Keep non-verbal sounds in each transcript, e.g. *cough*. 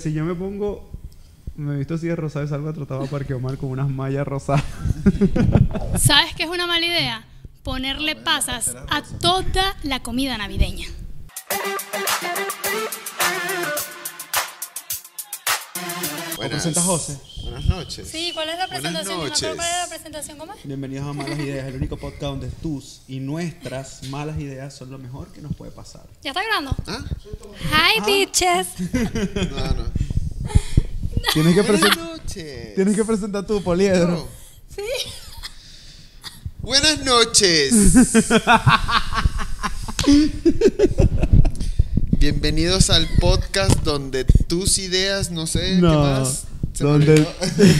Si yo me pongo, me he visto así de rosado y salgo a tratar a Parque Omar con unas mallas rosadas. ¿Sabes qué es una mala idea? Ponerle pasas a toda la comida navideña. Buenas, presenta José. Buenas noches. Sí, ¿cuál es la Buenas presentación? No me noches. acuerdo cuál era la presentación, ¿cómo es? Bienvenidos a Malas Ideas, el único podcast donde tus y nuestras malas ideas son lo mejor que nos puede pasar. ¿Ya está grabando? ¿Ah? Hi, bitches. No, no. Tienes que, Buenas presen- noches. tienes que presentar tu poliedro. pues, No. Buenas noches. Bienvenidos al podcast donde tus ideas, no sé, ¿qué No. más? Se me Donde... olvidó.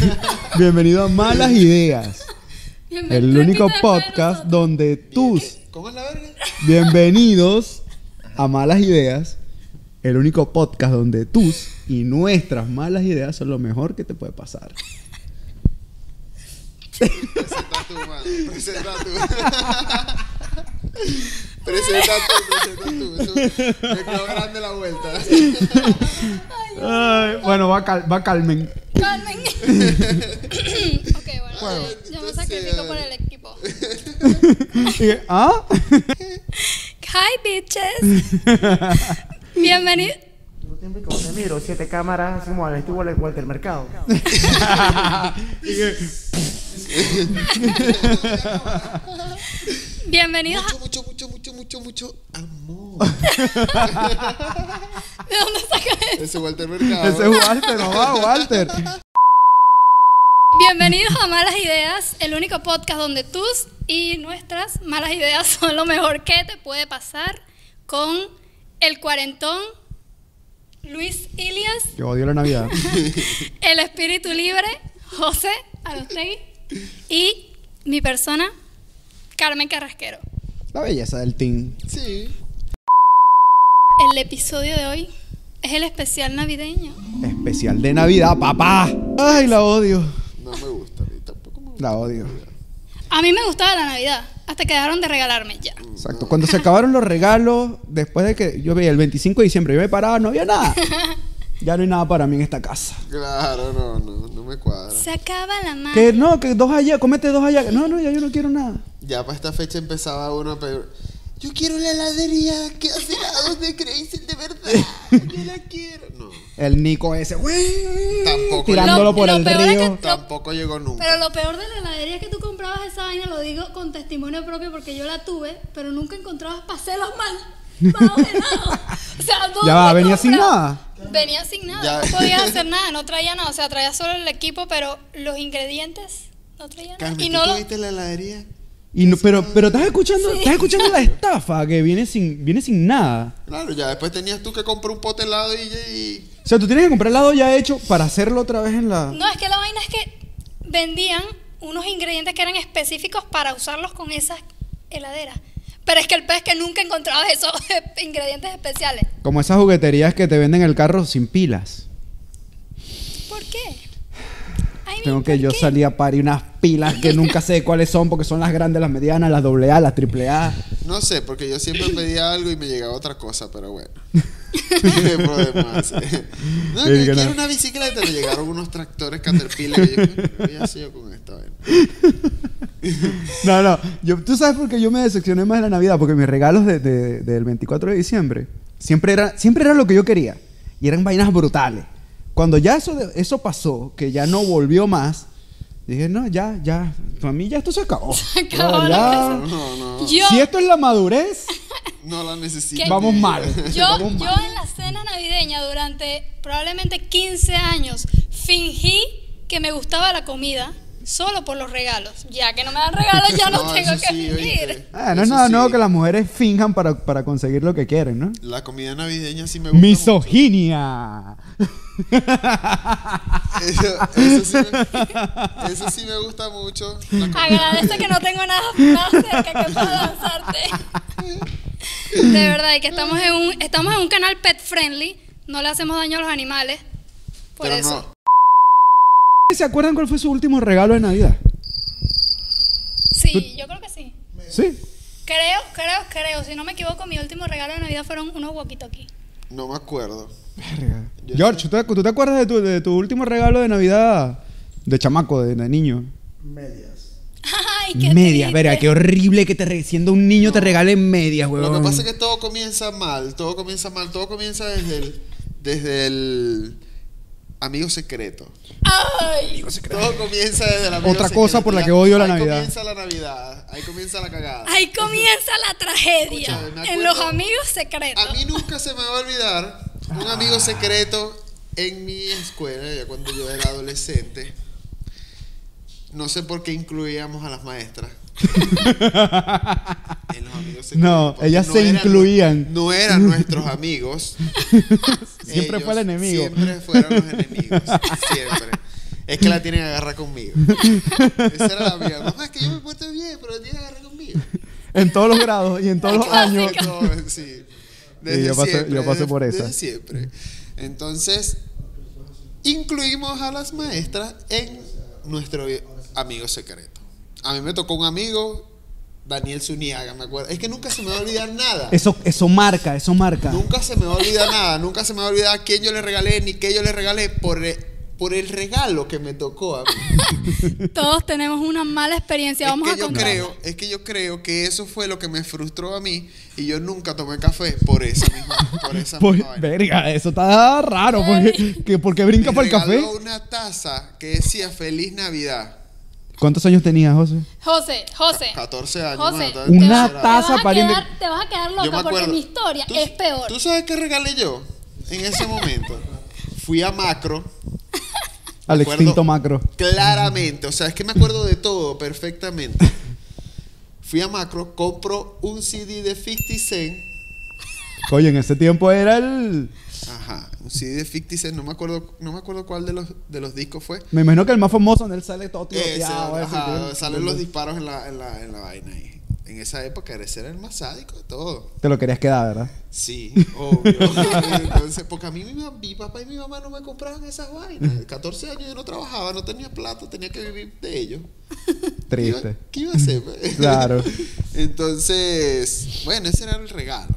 *laughs* Bienvenido a Malas Ideas. Bienvenido *laughs* El único aquí después de podcast nosotros. donde tus ¿Cómo es la verga? bienvenidos a Malas Ideas. El único podcast donde tus y nuestras malas ideas son lo mejor que te puede pasar. Presenta tú, mano. Presenta *laughs* tú. presenta tú, presenta tú. Eso me quedó grande la vuelta. Ay, bueno, va, cal- va Calmen. Calmen. ok, bueno. yo- Yo pues. me sacrifico por el equipo. Y- ¿Ah? Hi, bitches. Bienvenido. Yo siempre como te miro, siete cámaras, así como al estuvo el Walter Mercado. Bienvenidos Mucho, a... mucho, mucho, mucho, mucho, mucho amor. ¿De dónde saca eso? Ese Walter Mercado. Ese es Walter, no va, Walter. Bienvenidos a Malas Ideas, el único podcast donde tus y nuestras malas ideas *laughs* son lo mejor que te puede pasar con el cuarentón Luis Ilias, Yo odio la Navidad. el espíritu libre José Arostegui y mi persona Carmen Carrasquero. La belleza del team. Sí. El episodio de hoy es el especial navideño. Especial de Navidad, papá. Ay, la odio. No me gusta, a mí tampoco me gusta. La odio. A mí me gustaba la Navidad, hasta que dejaron de regalarme ya. Exacto. Cuando se acabaron los regalos, después de que yo veía el 25 de diciembre, yo me paraba, no había nada. Ya no hay nada para mí en esta casa. Claro, no, no, no me cuadra. Se acaba la magia. Que no, que dos allá, comete dos allá. No, no, ya yo no quiero nada. Ya para esta fecha empezaba uno a pedir. Yo quiero la heladería que hace helados de Crazy de verdad. Yo la quiero. No. El Nico ese, güey. Tampoco. Tirándolo Lo- por lo el peor es que- río. Tampoco llegó nunca. Pero lo peor de la heladería es que tú comprabas esa vaina, lo digo con testimonio propio porque yo la tuve, pero nunca encontrabas paselos mal, malos helados. O sea, ¿dónde Ya va, venía comprabas? sin nada. Venía sin nada, Ya. no podías hacer nada, no traía nada, o sea, traía solo el equipo, pero los ingredientes no traían nada. Carmen, Y ¿tú no lo- tuviste la heladería? Y no, pero, pero estás escuchando, estás escuchando la estafa que viene sin, viene sin nada. Claro, ya después tenías tú que comprar un pote helado y, y O sea, tú tienes que comprar el lado ya hecho para hacerlo otra vez en la. No, es que la vaina es que vendían unos ingredientes que eran específicos para usarlos con esas heladeras. Pero es que el pez que nunca encontrabas esos *laughs* ingredientes especiales. Como esas jugueterías que te venden el carro sin pilas. ¿Por qué? Ay, mi, Tengo que ¿por yo qué? salir a parir unas pilas que nunca sé cuáles son porque son las grandes, las medianas, las doble A, las triple A. no sé, porque *laughs* yo siempre pedía algo y me llegaba otra cosa, pero bueno. ¿Qué podemos hacer? No, que Verga, quiero no. una bicicleta. Me llegaron unos tractores Caterpillar y yo, ¿qué voy a hacer yo con esta vaina? No, no. Yo, Tú sabes por qué yo me decepcioné más de la Navidad, porque mis regalos de- de- del 24 de diciembre siempre era, siempre era lo que yo quería. Y eran vainas brutales. Cuando ya eso, de- eso pasó, que ya no volvió más, dije, no, ya, ya, para mí ya esto se acabó. acabó Ya, la ya. No, no. Yo, Si esto es la madurez, No la necesito. ¿Qué? vamos mal. *laughs* yo, vamos yo en la cena navideña durante probablemente 15 años fingí que me gustaba la comida solo por los regalos. Ya que no me dan regalos, ya *laughs* no, tengo eso que sí, fingir. oíste. Ah, no es Eso nada sí. nuevo que las mujeres finjan para, para conseguir lo que quieren, ¿no? La comida navideña sí me gusta. mucho. Misoginia. *laughs* Eso, eso sí me, eso sí me gusta mucho. La *laughs* comida- Agradece que no tengo nada, nada cerca que pueda lanzarte. De verdad, y que estamos en, un, estamos en un canal pet friendly. No le hacemos daño a los animales. Por pero eso. no. ¿Se acuerdan cuál fue su último regalo de Navidad? Sí, yo creo que sí. Sí. Creo, creo, creo. Si no me equivoco, mi último regalo de Navidad fueron unos walkie-talkie. No me acuerdo. Verga. Yo- George, ¿tú, te- tú te acuerdas de tu, de tu último regalo de Navidad de chamaco, de, de niño? Medias. *laughs* Ay, qué Medias, triste. verga, qué horrible que te re- siendo un niño te regalen medias, Lo huevón. que pasa es que todo comienza mal, todo comienza mal, todo comienza desde el, desde el amigo secreto. Ay, Todo comienza desde la Otra cosa por la que odio la Navidad. Ahí comienza la Navidad, ahí comienza la cagada. ahí comienza la tragedia. Escúchame, me en acuerdo- los amigos secretos. A mí nunca se me va a olvidar un amigo secreto en mi escuela, ya cuando yo era adolescente. No sé por qué incluíamos a las *laughs* maestras. en los amigos secretos. No, porque ellas se eran- incluían. No eran nuestros amigos. *laughs* Siempre fue el Ellos enemigo. Siempre fueron los enemigos. Siempre. Es que la tienen agarra *laughs* conmigo. Esa era la mía. Mamá, es que yo me porto bien, pero la tienen agarra conmigo. En todos los grados y en todos *laughs* los años. No, sí. Sí, yo pasé- siempre, yo pasé por desde- esa. desde siempre. Entonces, incluimos a las maestras en nuestro amigo secreto. A mí me tocó un amigo, Daniel Zuniaga, me acuerdo. Es que nunca se me va a olvidar nada. Eso, eso marca, eso marca. Nunca se me va a olvidar nada, nunca se me va a olvidar a quién yo le regalé ni qué yo le regalé por, el- por el regalo que me tocó a mí. Todos tenemos una mala experiencia. Vamos es a que yo contar. creo, es que yo creo que eso fue lo que me frustró a mí y yo nunca tomé café por esa misma, por *laughs* esa Pues, misma vaina. verga, eso está raro. Porque, que, porque brinca Me para el café. regaló una taza que decía Feliz Navidad. ¿Cuántos años tenías, José? José, José. 14 años. José, bueno, te todavía Una era- vas- taza, te vas, a pariente. quedar, te vas a quedar Yo me loca porque acuerdo. mi historia ¿Tú- es peor. ¿Tú sabes qué regalé yo en ese momento? Fui a Macro. Al Me acuerdo extinto macro. Claramente, o sea, es que me acuerdo de todo perfectamente. Fui a Macro, compro un CD de 50 Cent. Oye, en ese tiempo era el. Ajá, un CD de 50 Cent, no me acuerdo, no me acuerdo cuál de los, de los discos fue. Me imagino que el más famoso donde él sale todo Ese, tiroteado. ese, ajá, que- salen los disparos en la, en la, en la vaina ahí. En esa época era ser el más sádico de todo. Te lo querías quedar, ¿verdad? *laughs* Sí, obvio. Entonces, porque a mí mi, mam- mi papá y mi mamá no me compraban esas vainas. 14 años yo no trabajaba, no tenía plata, tenía que vivir de ellos. ¿Qué iba- Triste. ¿Qué iba a hacer? pues? *laughs* Claro. Entonces, bueno, ese era el regalo.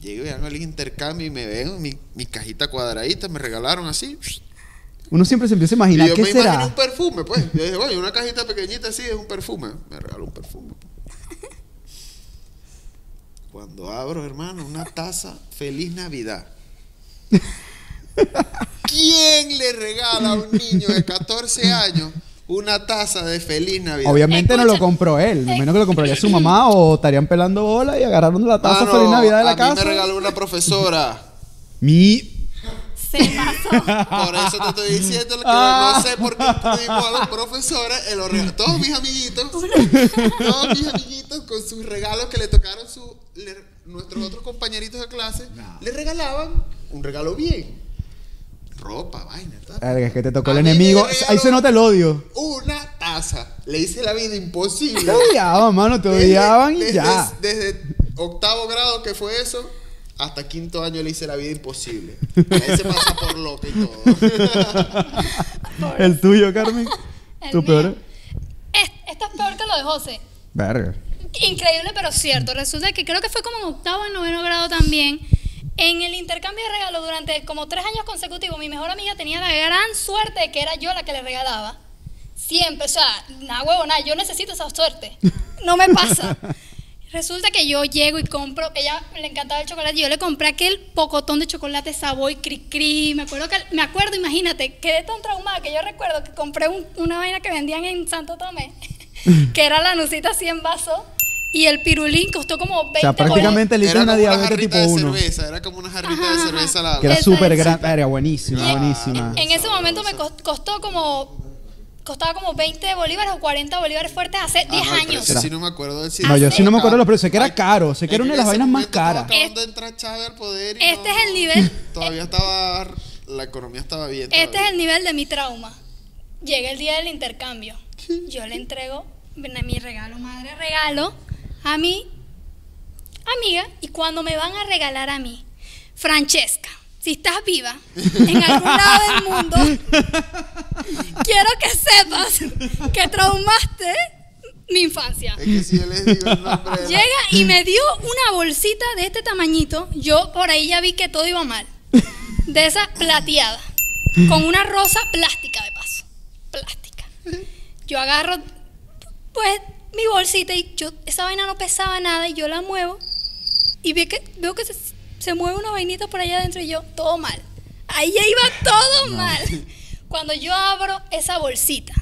Llego y hago el intercambio y me veo mi, mi cajita cuadradita, me regalaron así. Uno siempre se empieza a Y imaginar yo qué me imaginé será. un perfume, pues. Yo dije, bueno, una cajita pequeñita así es un perfume. Me regaló *laughs* un perfume. Cuando abro, hermano, una taza, feliz Navidad. *laughs* ¿Quién le regala a un niño de 14 años una taza de feliz Navidad? Obviamente no lo Escucha. compró él. Me imagino que lo compraría su mamá o estarían pelando bola y agarraron la taza Mano, feliz Navidad de la a casa. Mí me regaló una profesora. Mi. Se pasó. Por eso *laughs* te estoy diciendo que Ah. no sé por qué tuvimos a los profesores, *laughs* el orga- todos mis amiguitos, todos mis amiguitos con sus regalos que le tocaron su, le- nuestros otros compañeritos de clase, le regalaban un regalo bien. Ropa, vaina, tal. Verga, es que te tocó el A mí me enemigo. regaló- Ahí se nota el odio. Una taza. Le hice la vida Te imposible. odiaban, mano, te Desde- odiaban y desde- ya. Desde octavo grado que fue eso, hasta quinto año le hice la *laughs* vida imposible. Ahí se pasa por loca y todo. El tuyo, Carmen. El Tu mío. peor. Es- esto es peor que lo de José. Verga. Increíble, pero cierto. Resulta que creo que fue como en octavo o noveno grado también. En el intercambio de regalos durante como tres años consecutivos, mi mejor amiga tenía la gran suerte de que era yo la que le regalaba. Siempre, o sea, nada huevo, nada, yo necesito esa suerte. No *laughs* me pasa. Resulta que yo llego y compro, ella le encantaba el chocolate, y yo le compré aquel pocotón de chocolate Savoy cri cri. Me acuerdo que, me acuerdo, imagínate, quedé tan traumada que yo recuerdo que compré un- una vaina que vendían en *laughs* Santo Tomé, que era la nucita así en vaso, y el pirulín costó como 20 O sea, prácticamente le hizo una diabetes tipo jarrita de 1. cerveza, era como una jarrita Ajá, de ajá, cerveza ajá. la- Que era Esa súper es- grande. Era buenísima, Ah, buenísima. En ese momento me cos- costó como costaba como 20 bolívares o 40 bolívares fuertes hace Ah, 10 no, pero años. ese sí no me acuerdo del CD. No, yo sí no me acuerdo los Ay, precios. Sé que era caro. Sé que era en una de las ese vainas más momento estaba caras. acabando de entrar Chávez al poder y Este no- es el nivel- Todavía estaba. La economía estaba bien. Este es todavía. el nivel de mi trauma. Llega el día del intercambio. Yo le entrego mi regalo, madre regalo, a mi amiga y cuando me van a regalar a mí, Francesca, si estás viva en algún lado del mundo, quiero que sepas que traumaste mi infancia. Es que si yo les digo *laughs* el nombre. de la- Llega y me dio una bolsita de este tamañito. Yo por ahí ya vi que todo iba mal. de esa plateada, con una rosa plástica de paso, plástica. Yo agarro, pues, mi bolsita y yo, esa vaina no pesaba nada y yo la muevo y vi que, veo que se, se mueve una vainita por allá adentro y yo, todo mal. Ahí ya iba *laughs* todo mal. Cuando yo abro esa bolsita,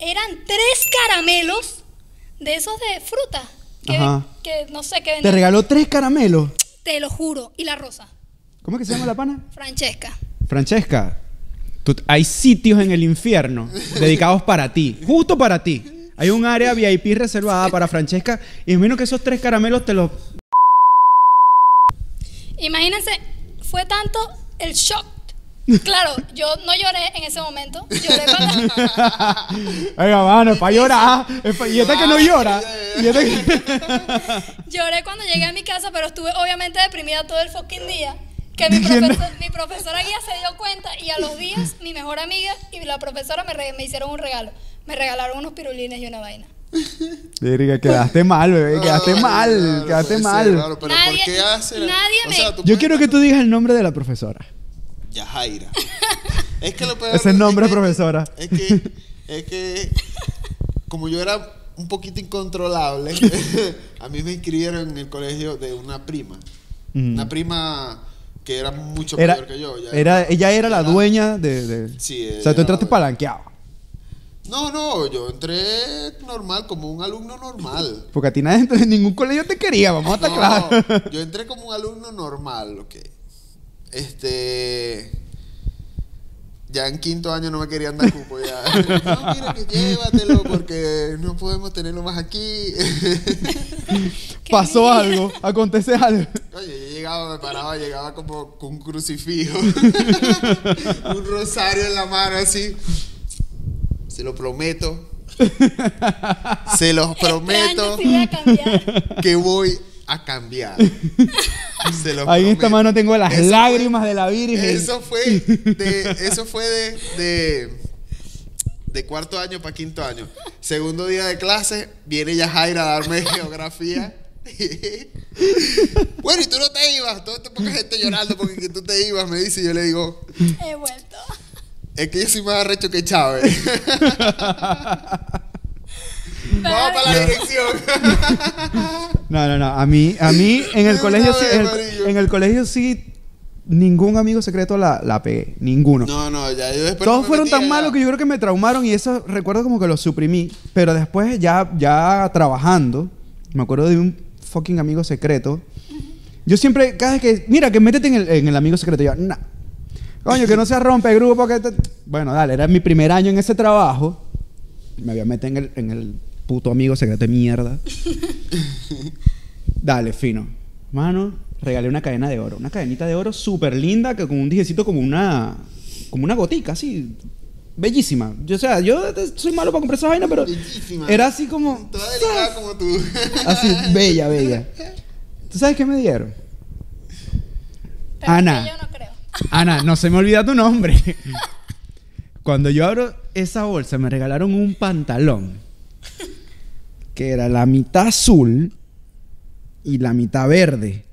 eran tres caramelos de esos de fruta. Que, Ajá. que no sé qué Te venden. regaló tres caramelos. Te lo juro. Y la rosa, ¿Cómo es que se llama la pana? Francesca. Francesca, tú- hay sitios en el infierno dedicados para ti, justo para ti. Hay un área VIP reservada para Francesca y es menos que esos tres caramelos te *laughs* los... Imagínense, fue tanto el shock. *laughs* Claro, yo no lloré en ese momento. Lloré cuando, *laughs* Venga, mano, es para llorar. es pa- Y esta que no llora. y esta que- *laughs* lloré cuando llegué a mi casa, pero estuve obviamente deprimida todo el fucking día. Que mi, Diciendo- profesor- mi profesora guía se dio cuenta y a los días mi mejor amiga y la profesora me, re- me hicieron un regalo. Me regalaron unos pirulines y una vaina. Verga, quedaste mal, bebé, quedaste Claro, mal, claro, quedaste puede ser, mal. claro, pero Nadie- ¿por qué hace la- nadie o me- sea, tú Yo puedes- quiero que tú digas el nombre de la profesora. Yajaira. es que lo peor Ese nombre, que- profesora. Es que, es que, como yo era un poquito incontrolable, *laughs* a mí me inscribieron en el colegio de una prima. Mm. Una prima que era mucho Era, mayor que yo. ya era, ella era la dueña de... de- Sí, o sea, tú era entraste la dueña. palanqueado. No, no, yo entré normal, como un alumno normal. Porque a ti nadie en ningún colegio te quería, vamos a estar No, claros. yo entré como un alumno normal, ok. Este. Ya en quinto año no me querían dar cupo ya. No, mira que llévatelo porque no podemos tenerlo más aquí. Pasó mierda. algo, acontece algo. Oye, yo llegaba, me paraba, llegaba como con un crucifijo, un rosario en la mano así. Se lo prometo. Se los prometo *laughs* Este año sí voy *laughs* a cambiar. que voy a cambiar. Se los Ahí en esta prometo. mano tengo las Eso fue- lágrimas de la Virgen. *laughs* Eso fue de, eso fue de, de, de cuarto año para quinto año. Segundo día de clase, viene ya Jaira a darme *laughs* geografía. bueno, y tú no te ibas, toda esta poca gente llorando porque que tú te ibas, me dice, y yo le digo, He vuelto. es que yo soy más arrecho que Chávez. *laughs* Vamos para la dirección. *laughs* No, no, no. A mí, a mí en el De colegio una sí, vez, en el, marico. en el colegio sí, ningún amigo secreto la, la pegué. Ninguno. No, no, ya yo después no Todos me fueron metí, tan ya. malos que yo creo que me traumaron y eso recuerdo como que lo suprimí. Pero después ya, ya trabajando, me acuerdo de un fucking amigo secreto. Yo siempre, cada vez que, mira, que métete en el, en el amigo secreto, yo, nah. Coño, que no se rompe el grupo. Que te-". Bueno, dale, era mi primer año en ese trabajo. Me había metido en el, en el puto amigo secreto de mierda. Dale, fino. Mano, regalé una cadena de oro. Una cadenita de oro súper linda, que con un dijecito como una. como una gotica, así. Bellísima. Yo, o sea, yo eh, soy malo para comprar esa vaina, pero. Bellísima. Era así como. Toda delicada como tú. Así, bella, bella. ¿Tú sabes qué me dieron? Pero Ana. que yo no creo. Ana, no se me olvida tu nombre. Cuando yo abro esa bolsa, me regalaron un pantalón que era la mitad azul y la mitad verde.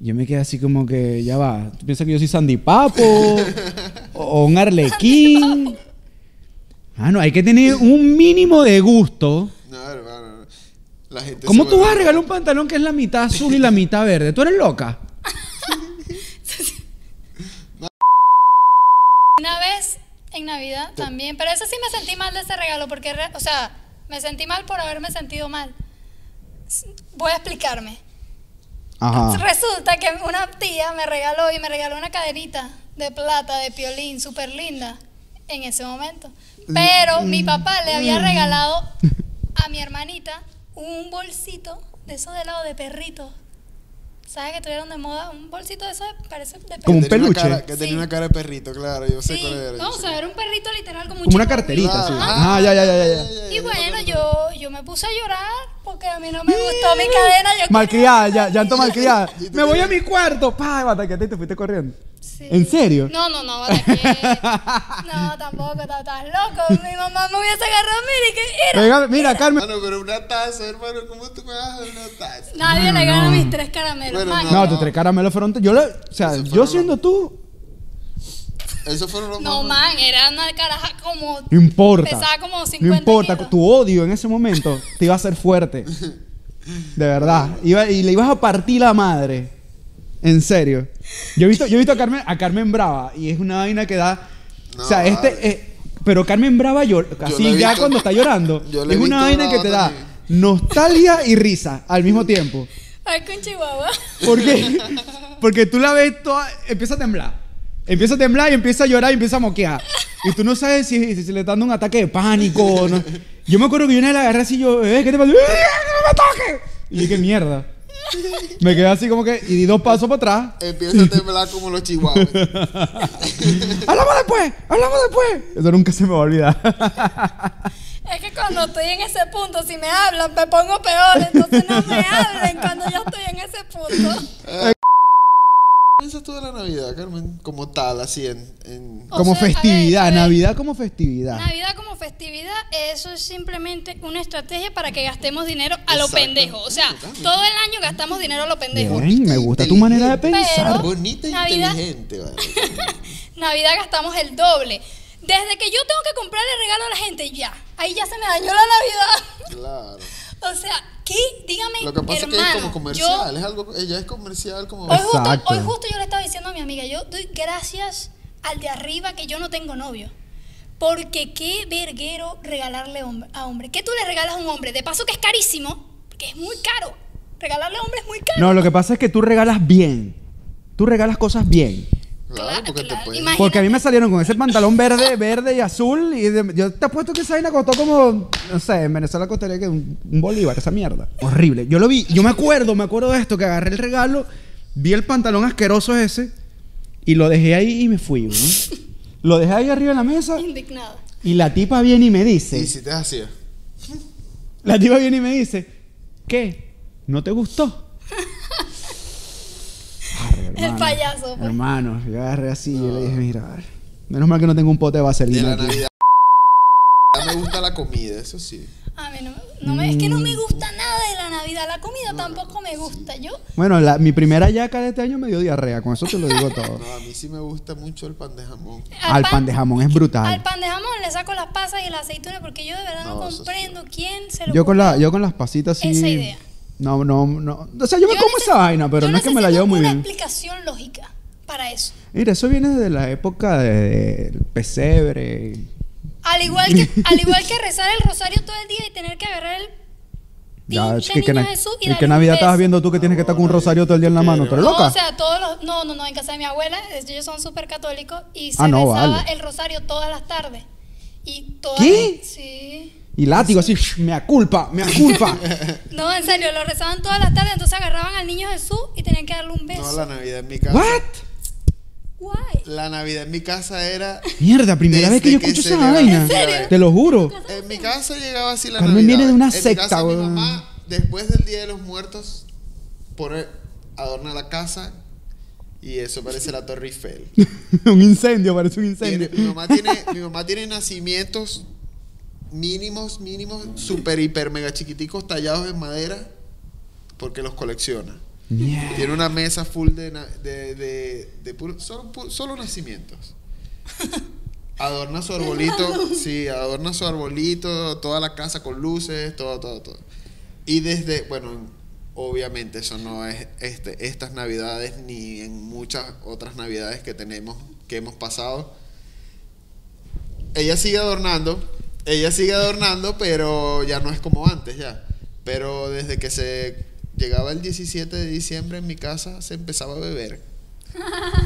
Yo me quedé así como que, ya va, ¿tú piensas que yo soy Sandy Papo o, o un arlequín? Ah, no, hay que tener un mínimo de gusto. *laughs* No, hermano. La gente ¿Cómo se tú vas a vuelve- regalar un pantalón que es la mitad azul y la mitad verde? ¿Tú eres loca? Una vez en Navidad también, pero eso sí me sentí mal de ese regalo, porque, re- o sea, me sentí mal por haberme sentido mal. S- Voy a explicarme. Ajá. Resulta que una tía me regaló y me regaló una cadenita de plata, de piolín, súper linda en ese momento. Pero Mm, mi papá le *laughs* había regalado a mi hermanita un bolsito de esos de helado de perrito. ¿Sabes que tuvieron de moda? Un bolsito de esos, de- parece de Como un Tenía una peluche. cara- que tenía Sí. una cara de perrito, claro. Yo sé Sí, cuál era. yo no, o sé sea, cuál era un perrito literal como un Como una chihuahua. carterita, sí. Ah, Ah, ya, ya, ya, ya. ya, ya, Y ya, bueno, ya. yo, yo me puse a llorar porque a mí no me gustó mi cadena. Yo quería- Malcriada, ya, llanto malcriada. Me voy a mi cuarto. Pa, bataquete y te fuiste corriendo. Sí. ¿En serio? No, no, no, *laughs* ¿de qué? No, tampoco, estás estás loco. Mi mamá me hubiese agarrado, mira, y que era. Pégame- mira, Carmen. Hermano, pero una taza, hermano, ¿cómo tú me vas a dar una taza? Nadie le Bueno, gana no. mis tres caramelos. Bueno, man. No, no. te tres caramelos fueron. Yo, le- o sea, Eso yo fueron siendo los- tú, Eso fueron los No, más- man, era una caraja como. no importa. Pesaba como 50 No importa, kilos. tu odio en ese momento te iba a hacer fuerte. De verdad. Iba- y le ibas a partir la madre. En serio. Yo he visto, yo he visto a, Carmen, a Carmen Brava y es una vaina que da. No, o sea, este. vale. eh, pero Carmen Brava, llor- así la he ya visto- cuando está llorando, yo la he es una visto vaina que brava te da también. nostalgia y risa al mismo tiempo. Ay, con Chihuahua. ¿Por qué? Porque tú la ves toda, empieza a temblar. Empieza a temblar y empieza a llorar y empieza a moquear. Y tú no sabes si, si- si le está dando un ataque de pánico o no. Yo me acuerdo que yo una vez la agarré así yo, "Eh, ¿qué te pasa? ¡Eh, ¡No me toques! Y dije, mierda. Me quedé así como que, y di dos pasos para atrás. Empieza a temblar como los chihuahuas. *laughs* ¡Hablamos después! ¡Hablamos después! Eso nunca se me va a olvidar. Es que cuando estoy en ese punto, si me hablan, me pongo peor. Entonces no me hablen cuando yo estoy en ese punto. ¿Qué piensas tú de la Navidad, Carmen? Como tal, así en... en- O Como sea, a ver, festividad, a ver. Navidad como festividad. Navidad como festividad, eso es simplemente una estrategia para que gastemos dinero a lo Exacto. pendejo. O sea, todo el año gastamos dinero a lo pendejo. Bien, me gusta tu manera de pensar. Pero- Bonita e Oh, Navidad. inteligente, vale. Navidad gastamos el doble. Desde que yo tengo que comprarle regalo a la gente, ya. Ahí ya se me dañó la Navidad. *laughs* Claro. O sea, ¿qué? Dígame, Lo que pasa hermano, es que es como comercial, yo- Oh. ¿eh? es algo, ella es comercial como... hoy, justo, Exacto. hoy justo yo le estaba diciendo a mi amiga, yo doy gracias al de arriba que yo no tengo novio. Porque qué verguero regalarle hom- a hombre. ¿Qué tú le regalas a un hombre? De paso que es carísimo, porque es muy caro. Regalarle a hombre es muy caro. No, lo que pasa es que tú regalas bien. Tú regalas cosas bien. Claro, porque te claro, puedes... imagínate. Porque a mí me salieron con ese pantalón verde, verde y azul. Y de- yo te apuesto que esa vaina costó como, no sé, en Venezuela costaría que un, un bolívar, esa mierda. Horrible. Yo lo vi, yo me acuerdo, me acuerdo de esto, que agarré el regalo, vi el pantalón asqueroso ese y lo dejé ahí y me fui. ¿no? Lo dejé ahí arriba en la *laughs* mesa Indignada. y la tipa viene y me dice, Y si te hacía. la tipa viene y me dice, ¿qué? ¿No te gustó? *laughs* Arre, hermano. payaso, pues. Hermano, yo agarré así y yo le dije, mira, a ver, menos mal que no tengo un pote de De vaselina. la aquí". Navidad. Ya me gusta la comida, eso sí. A mí no, me- no me- es que no me Mm. gusta nada de la Navidad. La comida tampoco me gusta. Yo, Bueno, la- mi primera yaca de este año me dio diarrea, con eso te lo digo *laughs* todo. No, a mí sí me gusta mucho el pan de jamón. Al pan de jamón es Al brutal. pan de jamón le saco las pasas y las aceitunas porque yo de verdad no, No, eso sí. comprendo quién se lo Yo con, la, ocurrió. yo con las pasitas sí. Esa idea. No, no, no. O sea, yo me Yo como neces- esa vaina, pero yo no es que me la necesito llevo muy una bien. explicación lógica para eso. Mira, eso viene de la época de- del pesebre. Al igual *laughs* que, al igual que rezar el rosario todo el día y tener que agarrar el pinche que, que niño na- Jesús y y darle que un Navidad beso. estabas viendo tú que tienes que estar con un rosario todo el día en la mano. ¿Tú eres No, loca? Ah, o sea, todos los, no, no, no, en casa de mi abuela, es- ellos son súper católicos y se Ah, no, rezaba vale. el rosario todas las tardes. Y todas ¿Qué? Sí. y látigo así, "Shh, me aculpa, *laughs* me aculpa. No, en serio, lo rezaban todas las tardes, entonces agarraban al niño Jesús y tenían que darle un No, beso. la Navidad en mi casa. ¿What? Guay. La Navidad en mi casa era. Mierda, primera Desde vez que yo que escucho se eh. esa levanta. vaina. ¿En serio? Te lo juro. En mi casa llegaba así la Carmen Navidad. viene de una En mi secta, casa, mi weón. mamá, después del Día de los Muertos, pone, adorna la casa y eso parece la *laughs* Torre Eiffel. un incendio, parece un Tiene- incendio. mi, mamá tiene, mi mamá tiene nacimientos mínimos, mínimos, super, hiper, mega chiquiticos tallados en madera porque los colecciona. *laughs* Mierda. Tiene una mesa full de, na- de, de, de puro- solo, pu- solo nacimientos. Adorna su arbolito, sí, adorna su arbolito, toda la casa con luces, todo, todo, todo. Y desde, bueno, obviamente eso no es este, estas navidades ni en muchas otras navidades que tenemos, que hemos pasado. Ella sigue adornando, ella sigue adornando, pero ya no es como antes, ya. Pero desde que se llegaba el 17 de diciembre en mi casa se empezaba a beber.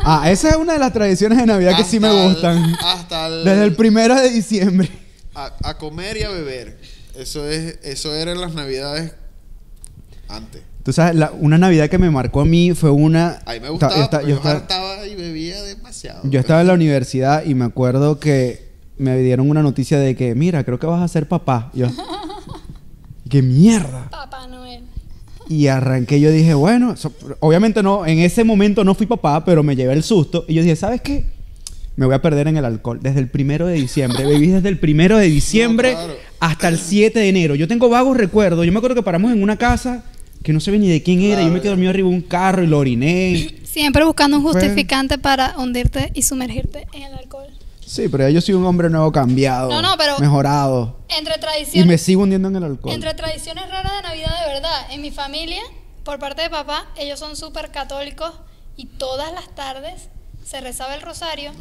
Ah, esa es una de las tradiciones de Navidad que sí me Hasta el- gustan. hasta el- Desde el primero de diciembre. A, a comer y a beber. Eso es, eso eran las navidades antes. Tú sabes, la- una Navidad que me marcó a mí fue una... A mí me ta- gustaba, esta- yo, pero yo, esta- hartaba y bebía demasiado. yo estaba en la universidad y me acuerdo que me dieron una noticia de *laughs* que, mira, creo que vas a ser papá. Y Yo, ¡Qué mierda! Papá Noel. Y arranqué, yo dije, bueno, so- obviamente no, en ese momento no fui papá, pero me llevé el susto. Y yo dije, ¿sabes qué? Me voy a perder en el alcohol desde el primero de diciembre. Bebí desde el primero *laughs* de diciembre No, claro. hasta el 7 de enero. Yo tengo vagos recuerdos. Yo me acuerdo que paramos en una casa que no se ve ni de quién era. Yo me quedé dormido arriba de un carro y lo oriné. Siempre buscando un Bueno. justificante para hundirte y sumergirte en el alcohol. Sí, pero ya yo soy un hombre nuevo cambiado. No, no, pero- Mejorado. Entre Y me tradiciones, sigo hundiendo en el alcohol. entre tradiciones raras de Navidad de verdad, en mi familia, por parte de papá, ellos son súper católicos y todas las tardes se rezaba el rosario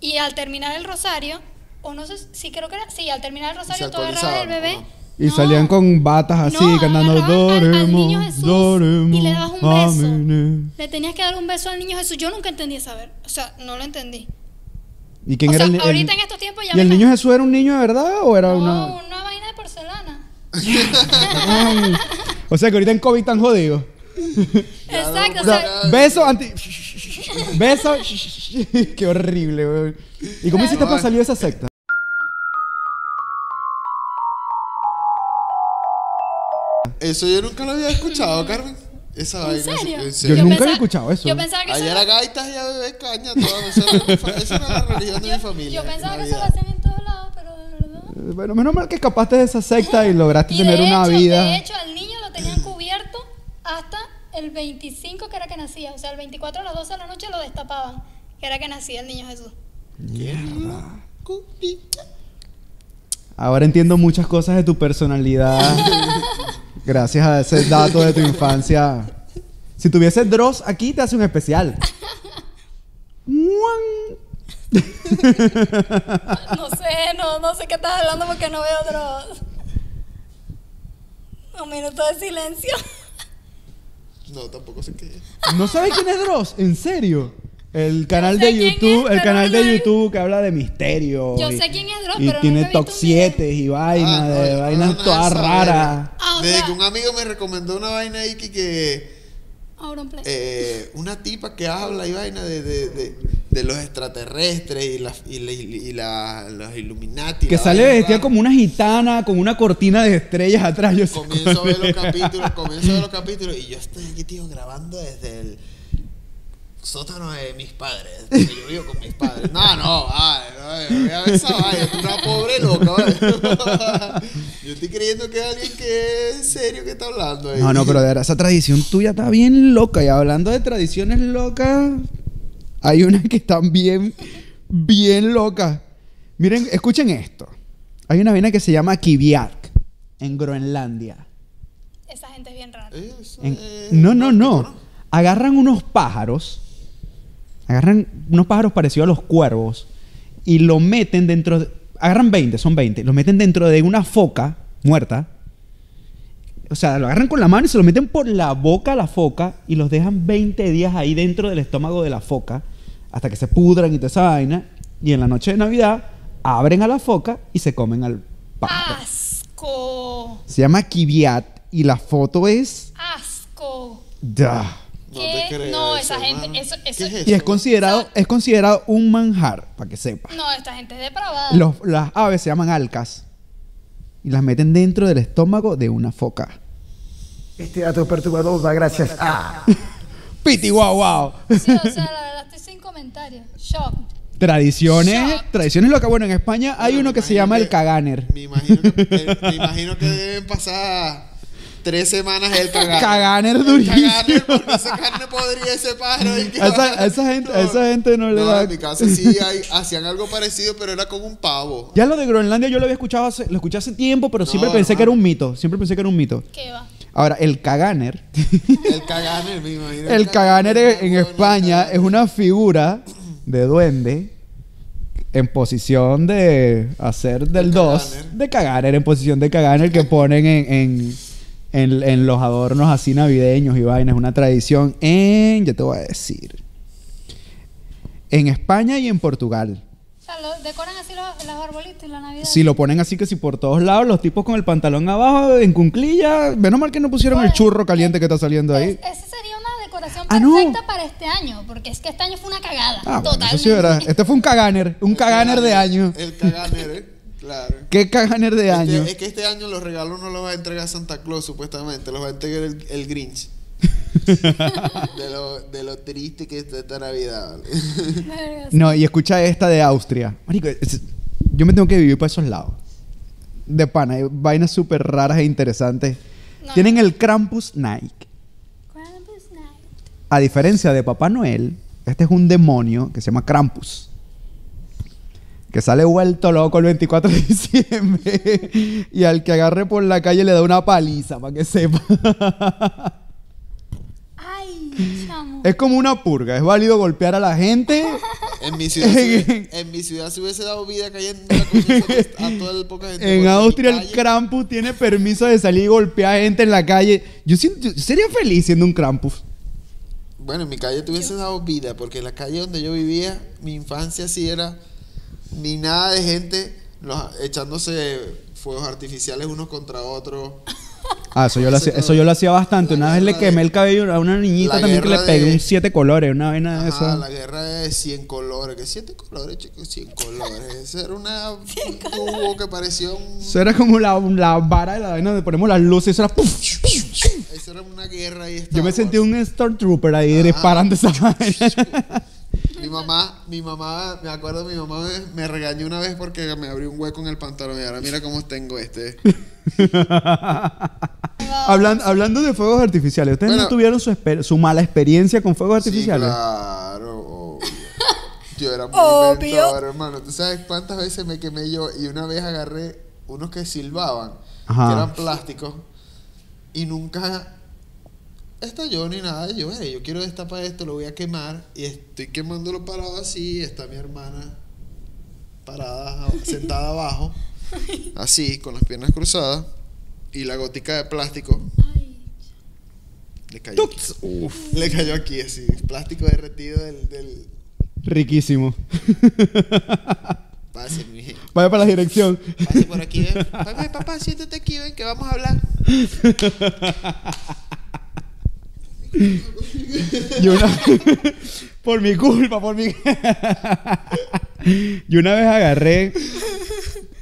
y al terminar el rosario, o no sé si creo que era, sí, al terminar el rosario tú agarrabas el actualizaban, bebé. Y No. salían con batas así, No, cantando agarraban al- al niño Doremos, Jesús Doremos. ah, y le dabas un beso. amén". Le tenías que dar un beso al niño Jesús. Yo nunca entendí esa ver. O sea, no lo entendí. ¿Y quién o era sea, el- el- ahorita en estos tiempos ya ¿Y me el niño imagino- Jesús era un niño de verdad o era No, una.? una vaina de porcelana. Ay. O sea que ahorita en COVID están jodidos. Exacto, o O sea, sea, beso anti. beso. *laughs* Qué horrible, weón. ¿Y cómo hiciste para salir de esa secta? Eso yo nunca lo había escuchado, Carmen. Esa ¿En vaina. serio? en Yo serio. nunca había escuchado eso. Yo pensaba que Allá eso era gaitas y a beber caña. Todo. Esa, era mi fa- esa *laughs* era la religión de mi familia. Yo pensaba que en eso lo Navidad. hacían en todos lados, pero de verdad. Eh, Bueno, menos mal que escapaste de esa secta y lograste Y tener de, una hecho, de vida. hecho, al niño lo tenían cubierto hasta el 25 que era que nacía. O sea, el 24 a las 12 de la noche lo destapaban, que era que nacía el niño Jesús. Cumplí. Ahora entiendo muchas cosas de tu *laughs* personalidad. gracias a ese dato de tu infancia. Si tuviese Dross aquí, te hace un especial. ¡Muan! No sé, no, no sé qué estás hablando porque no veo otros. Un minuto de silencio. No, tampoco sé qué. ¿No sabes quién es Dross? ¿En serio? El canal sé de quién es, YouTube, el pero canal no de lo- YouTube que habla de misterio. Yo y- sé quién es Dross, Y pero tiene nunca he top visto un video. 7 y vainas, Ah, no, de yo vainas no, no, todas esa raras. vaina. Ah, o Desde sea- que un amigo me recomendó una vaina ahí que, que Ahora un play. eh, una tipa que habla y vaina de, de, de, de los extraterrestres y, las y, la- y la- los Illuminati. Que la sale vaina vestida rara. como una gitana con una cortina de estrellas atrás. Yo sé Comienzo a cuál ver los es. capítulos, comienzo *laughs* a ver los capítulos y yo estoy aquí, tío, grabando desde el sótano de mis padres. porque Yo vivo con mis padres. No, no, vale, no, voy a ver esa vaina, tú una pobre loca, vale. *laughs* Yo estoy creyendo que es alguien que es en serio que está hablando ahí. No, no, pero de verdad, esa tradición tuya está bien loca. Y hablando de tradiciones locas, hay unas que están bien, bien locas. Miren, escuchen esto. Hay una vaina que se llama Kiviark en Groenlandia. Esa gente es bien Eh. rara. Eso En- es no, no, no. nórdico, Agarran unos pájaros, agarran unos pájaros parecidos a los cuervos y lo meten dentro, de- agarran 20, son 20, lo meten dentro de una foca muerta. O sea, lo agarran con la mano y se lo meten por la boca a la foca y los dejan 20 días ahí dentro del estómago de la foca hasta que se pudran y toda esa vaina. Y en la noche de Navidad abren a la foca y se comen al pájaro. ¡Asco! Se llama Kiviat y la foto es... ¡Asco! ¡Dah! No, te ¿Qué? creo No, eso, esa gente- hermano. eso- ¿Qué eso- Y es considerado, Son- es considerado un manjar, para que sepa. No, esta gente es depravada. Los- las aves se llaman alcas. Y las meten dentro del estómago de una foca. Este dato perturbador da gracias a... *laughs* Piti guau guau. Sí, o sea, la verdad estoy sin comentarios. Shock. Tradiciones, Shot. tradiciones locas. Bueno, en España hay Bueno, uno me que se imagino llama el que- caganer. Me imagino que, me imagino que deben pasar tres semanas el cagar. Caganer El durísimo. Caganer, porque esa carne podría ese *laughs* pájaro. y que- A esa- a esa gente- a esa gente no le da- En mi casa sí hay- hacían algo parecido, pero era con un pavo. *laughs* Ya lo de Groenlandia yo lo había escuchado hace, lo escuché hace tiempo, pero siempre No, pensé no. que era un mito. Siempre pensé que era un mito. ¿Qué va? Ahora, el *laughs* caganer. El caganer, me imagino. El caganer en, en Bueno, el España caganer. es una figura de duende en posición de hacer del De 2 caganer. de caganer, en posición de caganer que ponen en, en, en- en los adornos así navideños y vainas. Una tradición en, yo te voy a decir, en España y en Portugal. O sea, lo- decoran así los, los arbolitos y la Navidad. Si lo ponen así que si por todos lados, los tipos con el pantalón abajo, en cunclilla, menos mal que no pusieron el Bueno, churro caliente que está saliendo ahí. Es- esa sería una decoración Ah, no. perfecta para este año, porque es que este año fue una cagada. Ah, bueno, totalmente. eso sí, ¿verdad? Este fue un caganer, un El caganer de año. El caganer, eh. Claro. ¿Qué caja nerd de Este- año? es que este año los regalos no los va a entregar Santa Claus, supuestamente. Los va a entregar el, el Grinch. de, lo, de lo triste que está esta Navidad. ¿vale? Verga, sí. *laughs* No, y escucha esta de Austria. Marico, es- yo me tengo que vivir para esos lados. De pana, hay vainas súper raras e interesantes. No. Tienen el Krampus Nike. Krampus Night. A diferencia de Papá Noel, este es un demonio que se llama Krampus. Que sale vuelto loco el 24 de diciembre. *laughs* y al que agarre por la calle le da una paliza, para que sepa. *laughs* *laughs* Ay, chamo. es como una purga. Es válido golpear a la *laughs* gente. *laughs* En mi ciudad, se hubiese- en mi ciudad se hubiese dado vida cayendo a, coñazos a toda el poca gente. En por Austria mi el calle. Krampus tiene permiso de salir y golpear a gente en la calle. Yo, siento- yo sería feliz siendo un Krampus. Bueno, en mi calle te hubiese dado vida, porque la calle donde yo vivía, mi infancia sí era ni nada de gente los- echándose fuegos artificiales unos contra otros. Ah, eso yo lo Eso hacía, no. eso yo lo hacía bastante. La una vez le guerra de- quemé el cabello a una niñita La también que le guerra pegué de- un siete colores, una vaina de Ajá, eso. la guerra de 100 colores. que 7 colores, chicos? 100 colores. Eso era una, un tubo que parecía un... Eso era como la, la vara de la vaina donde ponemos las luces y eso era ¡puf! Eso era una guerra y Yo me sentí un Stormtrooper ahí disparando esa *laughs* vaina. Mi mamá, mi mamá, me acuerdo, mi mamá me, me regañó una vez porque me abrió un hueco en el pantalón y ahora mira cómo tengo este. Hablan- hablando de fuegos artificiales, ¿ustedes no Bueno. tuvieron su, esper- su mala experiencia con fuegos Sí, artificiales? claro, obvio. Yo era muy Obvio. inventor, hermano. ¿Tú sabes cuántas veces me quemé yo? Y una vez agarré unos que silbaban, Ajá. que eran plásticos, y nunca estalló ni nada. Y yo, "Ey, yo quiero destapar esto, lo voy a quemar. Y estoy quemándolo parado así, y está mi hermana parada, sentada abajo, así, con las piernas cruzadas, y la gotica de plástico le cayó. aquí. Le cayó aquí, así, plástico derretido del... del Riquísimo. Pase, mi hija. Vaya para la dirección. Pase por aquí, ¿eh? ven. Papá, papá, siéntate aquí, ven, que vamos a hablar. *laughs* Y una *laughs* por mi culpa, por mi *laughs* Yo una vez agarré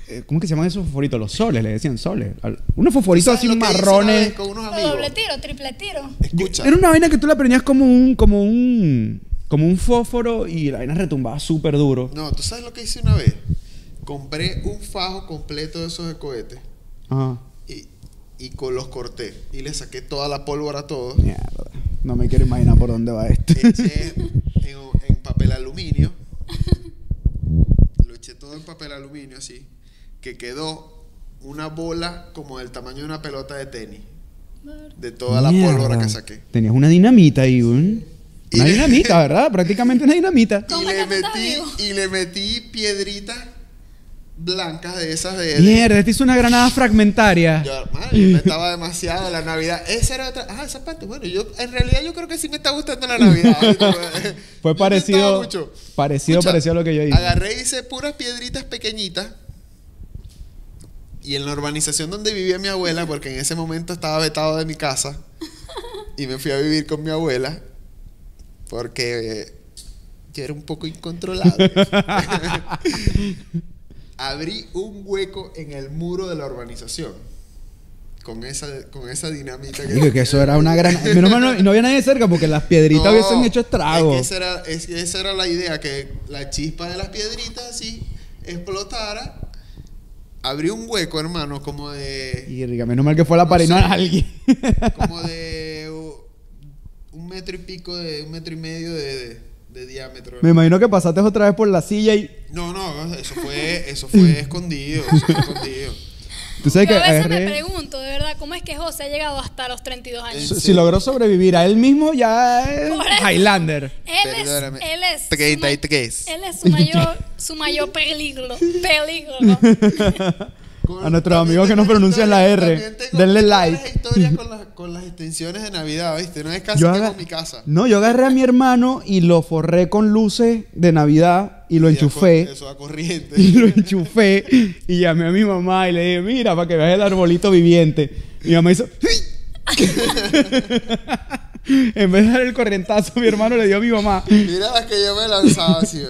eh, ¿Cómo que se llaman esos fosforitos? Los soles, le decían soles. Al- Unos fosforitos así ¿Sabes lo que hice una vez marrones. Con unos O doble amigos. tiro, triple tiro. Escucha. Era una vaina que tú la prendías como un como un como un fósforo y la vaina retumbaba súper duro. No, ¿tú sabes lo que hice una vez? Compré un fajo completo de esos de cohetes Ajá. y, y con los corté. Y le saqué toda la pólvora a todos. Mierda. No me quiero imaginar por dónde va esto. eché Este, en, en papel aluminio. Lo eché todo en papel aluminio así. Que quedó una bola como del tamaño de una pelota de tenis. De toda la Mierda. pólvora que saqué. Tenías una dinamita ahí, un Y una le- dinamita, ¿verdad? Prácticamente una dinamita. ¿Cómo Y es le, que tú estás metí, vivo? y le metí piedritas blancas de esas de... Mierda, esta hizo una granada fragmentaria. Yo, madre, yo me estaba demasiado la Navidad. Esa era otra. Ah, esa parte. Bueno, yo en realidad yo creo que sí me está gustando la Navidad. *laughs* Fue *laughs* Yo parecido- intentaba mucho. parecido, parecido a lo que yo hice. Agarré y hice puras piedritas pequeñitas. Y en la urbanización donde vivía mi abuela, porque en ese momento estaba vetado de mi casa, y me fui a vivir con mi abuela, porque eh, yo era un poco incontrolable. *laughs* Abrí un hueco en el muro de la urbanización. Con esa, con esa dinamita Digo que eso era una gran. Menos mal no, no había nadie cerca porque las piedritas No, hubiesen hecho es estragos. que esa, era, es que esa era la idea, que la chispa de las piedritas así explotara. Abrí un hueco, hermano, como de. Y diga, menos mal que fue la pared y no sé. a alguien. *laughs* como de. uh, un metro y pico de. un metro y medio de, de- de diámetro. Me imagino que pasaste otra vez por la silla y. No, no, eso fue, eso *laughs* fue escondido. Eso fue escondido. Tú sabes que Yo a veces me agarré- pregunto, de verdad, ¿cómo es que José ha llegado hasta los 32 años? Si si logró sobrevivir a él mismo, ya es Por eso. Highlander. Él Perdóname. es, él es su 33. ma- Él es *laughs* su mayor, su mayor peligro. Peligro. Con- A nuestros también amigos que tengo no pronuncian la historias- R, también tengo denle muchas like. historias con, las, con las extensiones de Navidad, ¿viste? Una vez casi Yo quemo aga- mi casa. No, yo agarré a mi hermano y lo forré con luces de Navidad y lo Y a cor- enchufé. Eso a *laughs* corriente. y lo enchufé y llamé a mi mamá y le dije, mira, para que veas el arbolito viviente. Mi mamá hizo... *laughs* en vez de dar el corrientazo, mi hermano le dio a mi mamá. Mira las que yo me lanzaba así. ve.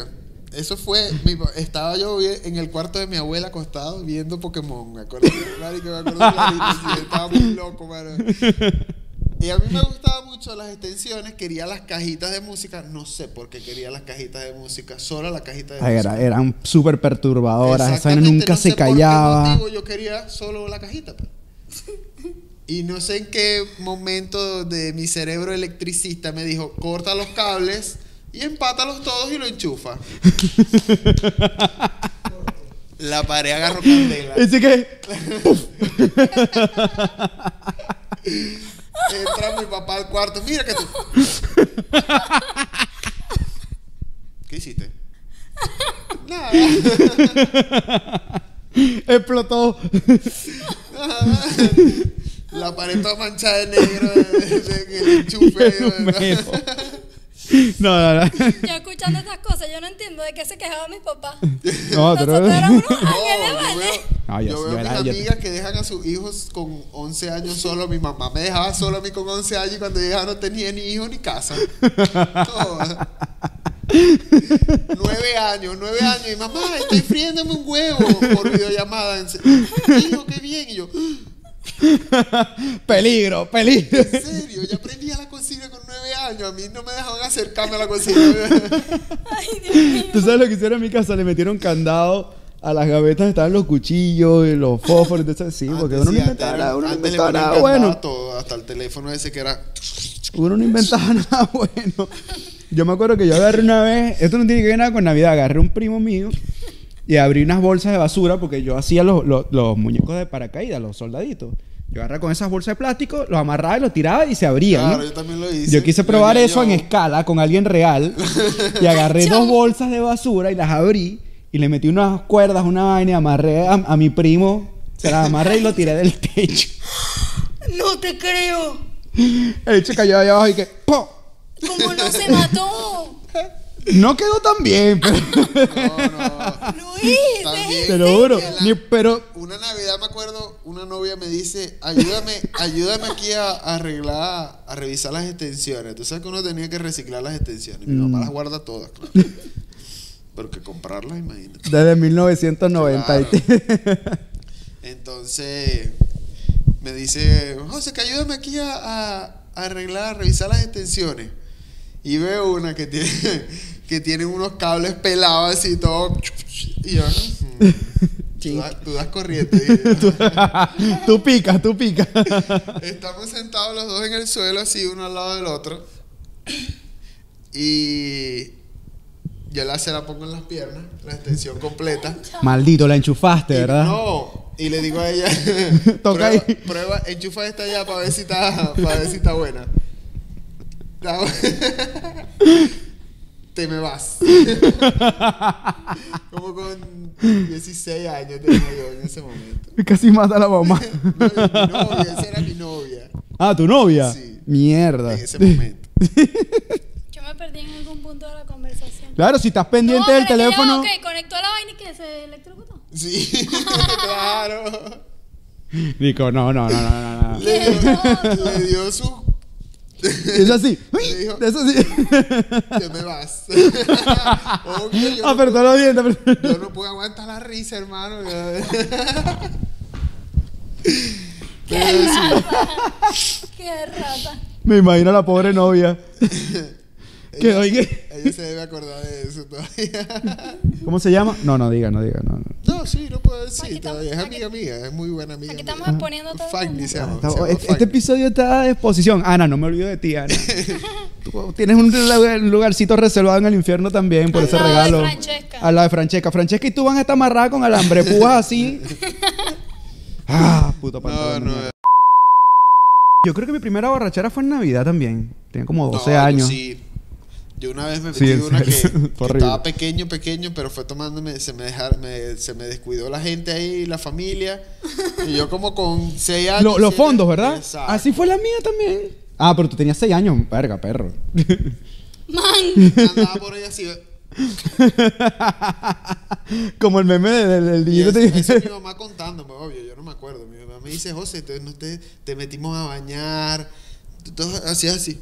eso fue, mi pa- estaba yo vi- en el cuarto de mi abuela acostado viendo Pokémon, me acuerdo, marico, me acuerdo clarito, sí, estaba muy loco, mano. Y a mí me gustaban mucho las extensiones, quería las cajitas de música, no sé por qué quería las cajitas de música, solo la cajita de Ay, música. era- eran súper perturbadoras, esa vaina Exactamente, nunca no se sé por qué callaba. motivo yo quería solo la cajita. pues. *laughs* Y no sé en qué momento de mi cerebro electricista me dijo, corta los cables y empátalos todos y lo enchufa. *laughs* la pared agarró candela. Así que, Entra mi papá al cuarto, *laughs* mira que tú. ¿Qué hiciste? Nada. explotó. *laughs* La pared toda manchada de negro, de, de- de- el enchufe. *laughs* Mero. No, no, no. Yo escuchando estas cosas, yo no entiendo de qué se quejaba mi papá. No, Ah, pero- *laughs* Nosotros éramos unos No, ángeles, yo ¿vale? veo, No, yo- yo yo veo era- mis yo- amigas que dejan a sus hijos con 11 años solo. Mi mamá me dejaba solo a mí con 11 años y cuando llegaba no tenía ni hijo ni *laughs* casa. Joda. Nueve años, nueve años. Y mamá, estoy friéndome un huevo por videollamada. En se- Hijo, qué bien. Y yo, *laughs* Peligro, peligro. en serio, yo aprendí a la cocina con nueve años. A mí no me dejaban acercarme a la cocina. *laughs* ¿Tú sabes lo que hicieron en mi casa? Le metieron candado a las gavetas, estaban los cuchillos y los fósforos. Entonces, sí, porque Antes uno no sí, inventaba antes- nada, uno no antes le inventaba ponían nada candado bueno. a todo, hasta el teléfono ese que era. Uno no inventaba *laughs* nada bueno. Yo me acuerdo que yo agarré una vez, esto no tiene que ver nada con Navidad, agarré un primo mío y abrí unas bolsas de basura porque yo hacía los, los- los muñecos de paracaídas, los soldaditos. Yo agarraba con esas bolsas de plástico, los amarraba y los tiraba y se abrían. Claro, ¿no? yo también lo hice. Yo quise Lo probar haría eso en yo. escala con alguien real y agarré dos bolsas de basura y las abrí y le metí unas cuerdas, una vaina y amarré a, a mi primo, se las amarré y lo tiré del techo. *laughs* No te creo. El chico cayó allá abajo y que ¡pum! ¿Cómo no se mató? No quedó tan bien, *laughs* pero No, no. Luis, También. ¿eh? te lo juro. la- Ni- pero Una Navidad me acuerdo, una novia me dice, ayúdame, ayúdame aquí a, a arreglar, a revisar las extensiones. Tú sabes que uno tenía que reciclar las extensiones. Mi mamá las guarda todas, claro. Pero que comprarlas, imagínate. desde 1993. Entonces, me dice, José, que ayúdame aquí a, a- a arreglar, a revisar las extensiones. Y veo una que tiene, que tiene unos cables pelados así todo. Y yo, "Mm, tú, das, tú das corriente. *laughs* Y yo, *laughs* tú picas, tú *laughs* picas. Estamos sentados los dos en el suelo, así uno al lado del otro. Y yo la, se la pongo en las piernas, la extensión completa. Maldito, la enchufaste, Y ¿verdad? *laughs* No. Y le digo a ella, Toca prueba, ahí. prueba, enchufa esta ya para ver si está, para ver si está buena. Está bu- *laughs* Te me vas. *laughs* Como con 16 años tenía yo en ese momento. Casi mata a la mamá. *laughs* No, mi novia, esa era mi novia. ah, tu novia. Sí. Mierda. En *laughs* ese momento. Yo me perdí en algún punto de la conversación. Claro, si estás pendiente No, del pero que ya, teléfono. ok, conectó la vaina y que se electrocutó. *laughs* Sí, claro. Digo, no, no, no, no, no. no. Le dio, le dio su. Es así. *laughs* Le dijo- Es así. Te me vas. *laughs* *laughs* Obvio, yo, no, Apretó los dientes. apretó- yo no puedo aguantar la risa, hermano. *laughs* Pero sí, *laughs* Qué rata. *laughs* Me imagino a la pobre novia. que oiga. ella se debe acordar de eso todavía. *laughs* ¿Cómo se llama? No, no diga, no diga, no. no. No, sí, no puedo decir Aquí estamos- todavía. Es aquí- amiga mía, es muy buena amiga. Aquí mía. estamos exponiendo a todo el Fagni mundo. se llama. Está- se llama este, este Fagni. episodio está a disposición. Ana, no me olvido de ti, *laughs* Ana. Tú tienes un lugar- lugarcito reservado en el infierno también por Al ese lado de regalo. Francesca. A la de Francesca. Francesca y tú van a estar amarradas con alambre púas así. *laughs* ah, puto No, pantalón. de no, mierda. Yo creo que mi primera borrachera fue en Navidad también. Tenía como 12 No, yo años. Sí. Yo una vez me Sí, metí en una que, serio. *laughs* Fue que horrible. estaba pequeño, pequeño, pero fue tomándome, se me, dejar- me- se me descuidó la gente ahí, la familia. Y yo como con seis años. Lo- los siete- fondos, ¿verdad? Ah, Exacto. Así fue la mía también. Ah, pero tú tenías 6 años. Verga, perro. *laughs* Man, Andaba por ahí así. como el meme de- de- del Y niñito. eso, te- *laughs* eso mi mamá contándome, obvio, yo no me acuerdo. Mi mamá *laughs* me dice, José, te, no te, te metimos a bañar. Tú todo hacías así.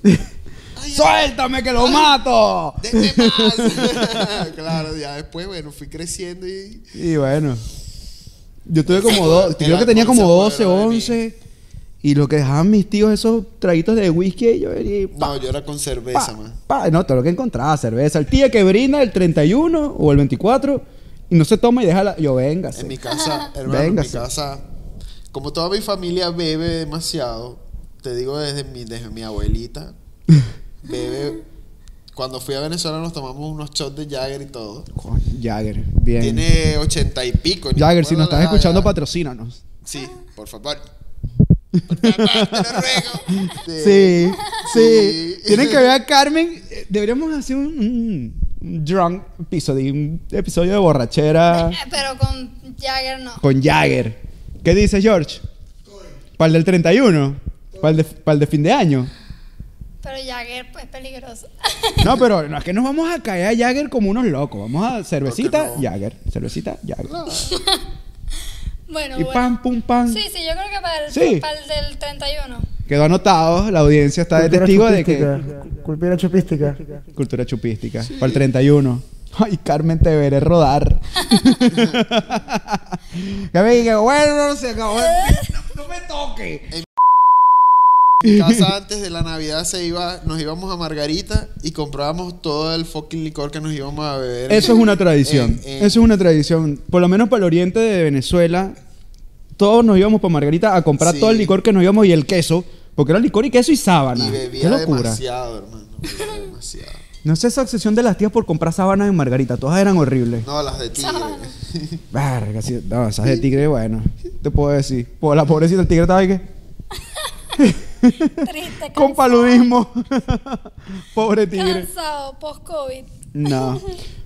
Ay, ¡Suéltame que lo mato! ¡Dete más! *laughs* claro, ya después, bueno, fui creciendo y. Y bueno. Yo tuve como El dos, creo que alcohol tenía como se 12, apoderó de mí. 11. Y lo que dejaban mis tíos, esos traguitos de whisky, y yo venía y pa, No, yo era con pa, cerveza, man. pa. No, todo lo que encontraba, cerveza. El tío que brinda el 31 o el 24 y no se toma y deja la... Yo, venga. En mi *laughs* casa, hermano, Véngase. en mi casa, como toda mi familia bebe demasiado, te digo desde mi, desde *laughs* mi abuelita, bebe. Cuando fui a Venezuela nos tomamos unos shots de Jagger y todo. Jagger, bien. Tiene ochenta y pico. ni Jagger, me si nos acuerdo estás la escuchando, edad. patrocínanos. Sí, por favor. Por favor, te lo ruego. *laughs* Sí, sí. Sí. Tienen que ver a Carmen. Eh, Deberíamos hacer un, un- un drunk episodio, un episodio de borrachera Eh, Pero con Jagger no. con Jagger. ¿Qué dice George? ¿Para el del 31? ¿Para el de, para el de fin de año? Pero Jagger pues, es peligroso. No, pero no es que nos vamos a caer a Jagger como unos locos. Vamos a cervecita, no. Jagger. Cervecita, Jagger. *laughs* bueno, Y bueno. pam, pum, pam. Sí, sí, yo creo que para el, Sí. para el *laughs* del 31. Quedó anotado. La audiencia está de testigo de que. Cultura chupística. Cultura chupística. Para el 31. Ay, Carmen, te veré rodar. *laughs* Ya me dije, bueno, se acabó. No, no me toque. Eh, En casa antes de la Navidad se iba, nos íbamos a Margarita y comprábamos todo el fucking licor que nos íbamos a beber. Eso es una tradición. En- en- Eso es una tradición. Por lo menos para el oriente de Venezuela, todos nos íbamos para Margarita a comprar Sí. todo el licor que nos íbamos y el queso. Porque era licor y queso y sábana. Y Qué bebía locura. demasiado, hermano. bebía demasiado. No sé esa obsesión de las tías por comprar sábanas en Margarita. Todas eran horribles. No, las de tigre. Verga, sí, no, esas de tigre, bueno, te puedo decir. Por la pobrecita, el tigre estaba ahí que. Triste, Con paludismo. *laughs* Pobre tigre. cansado, post-COVID. No.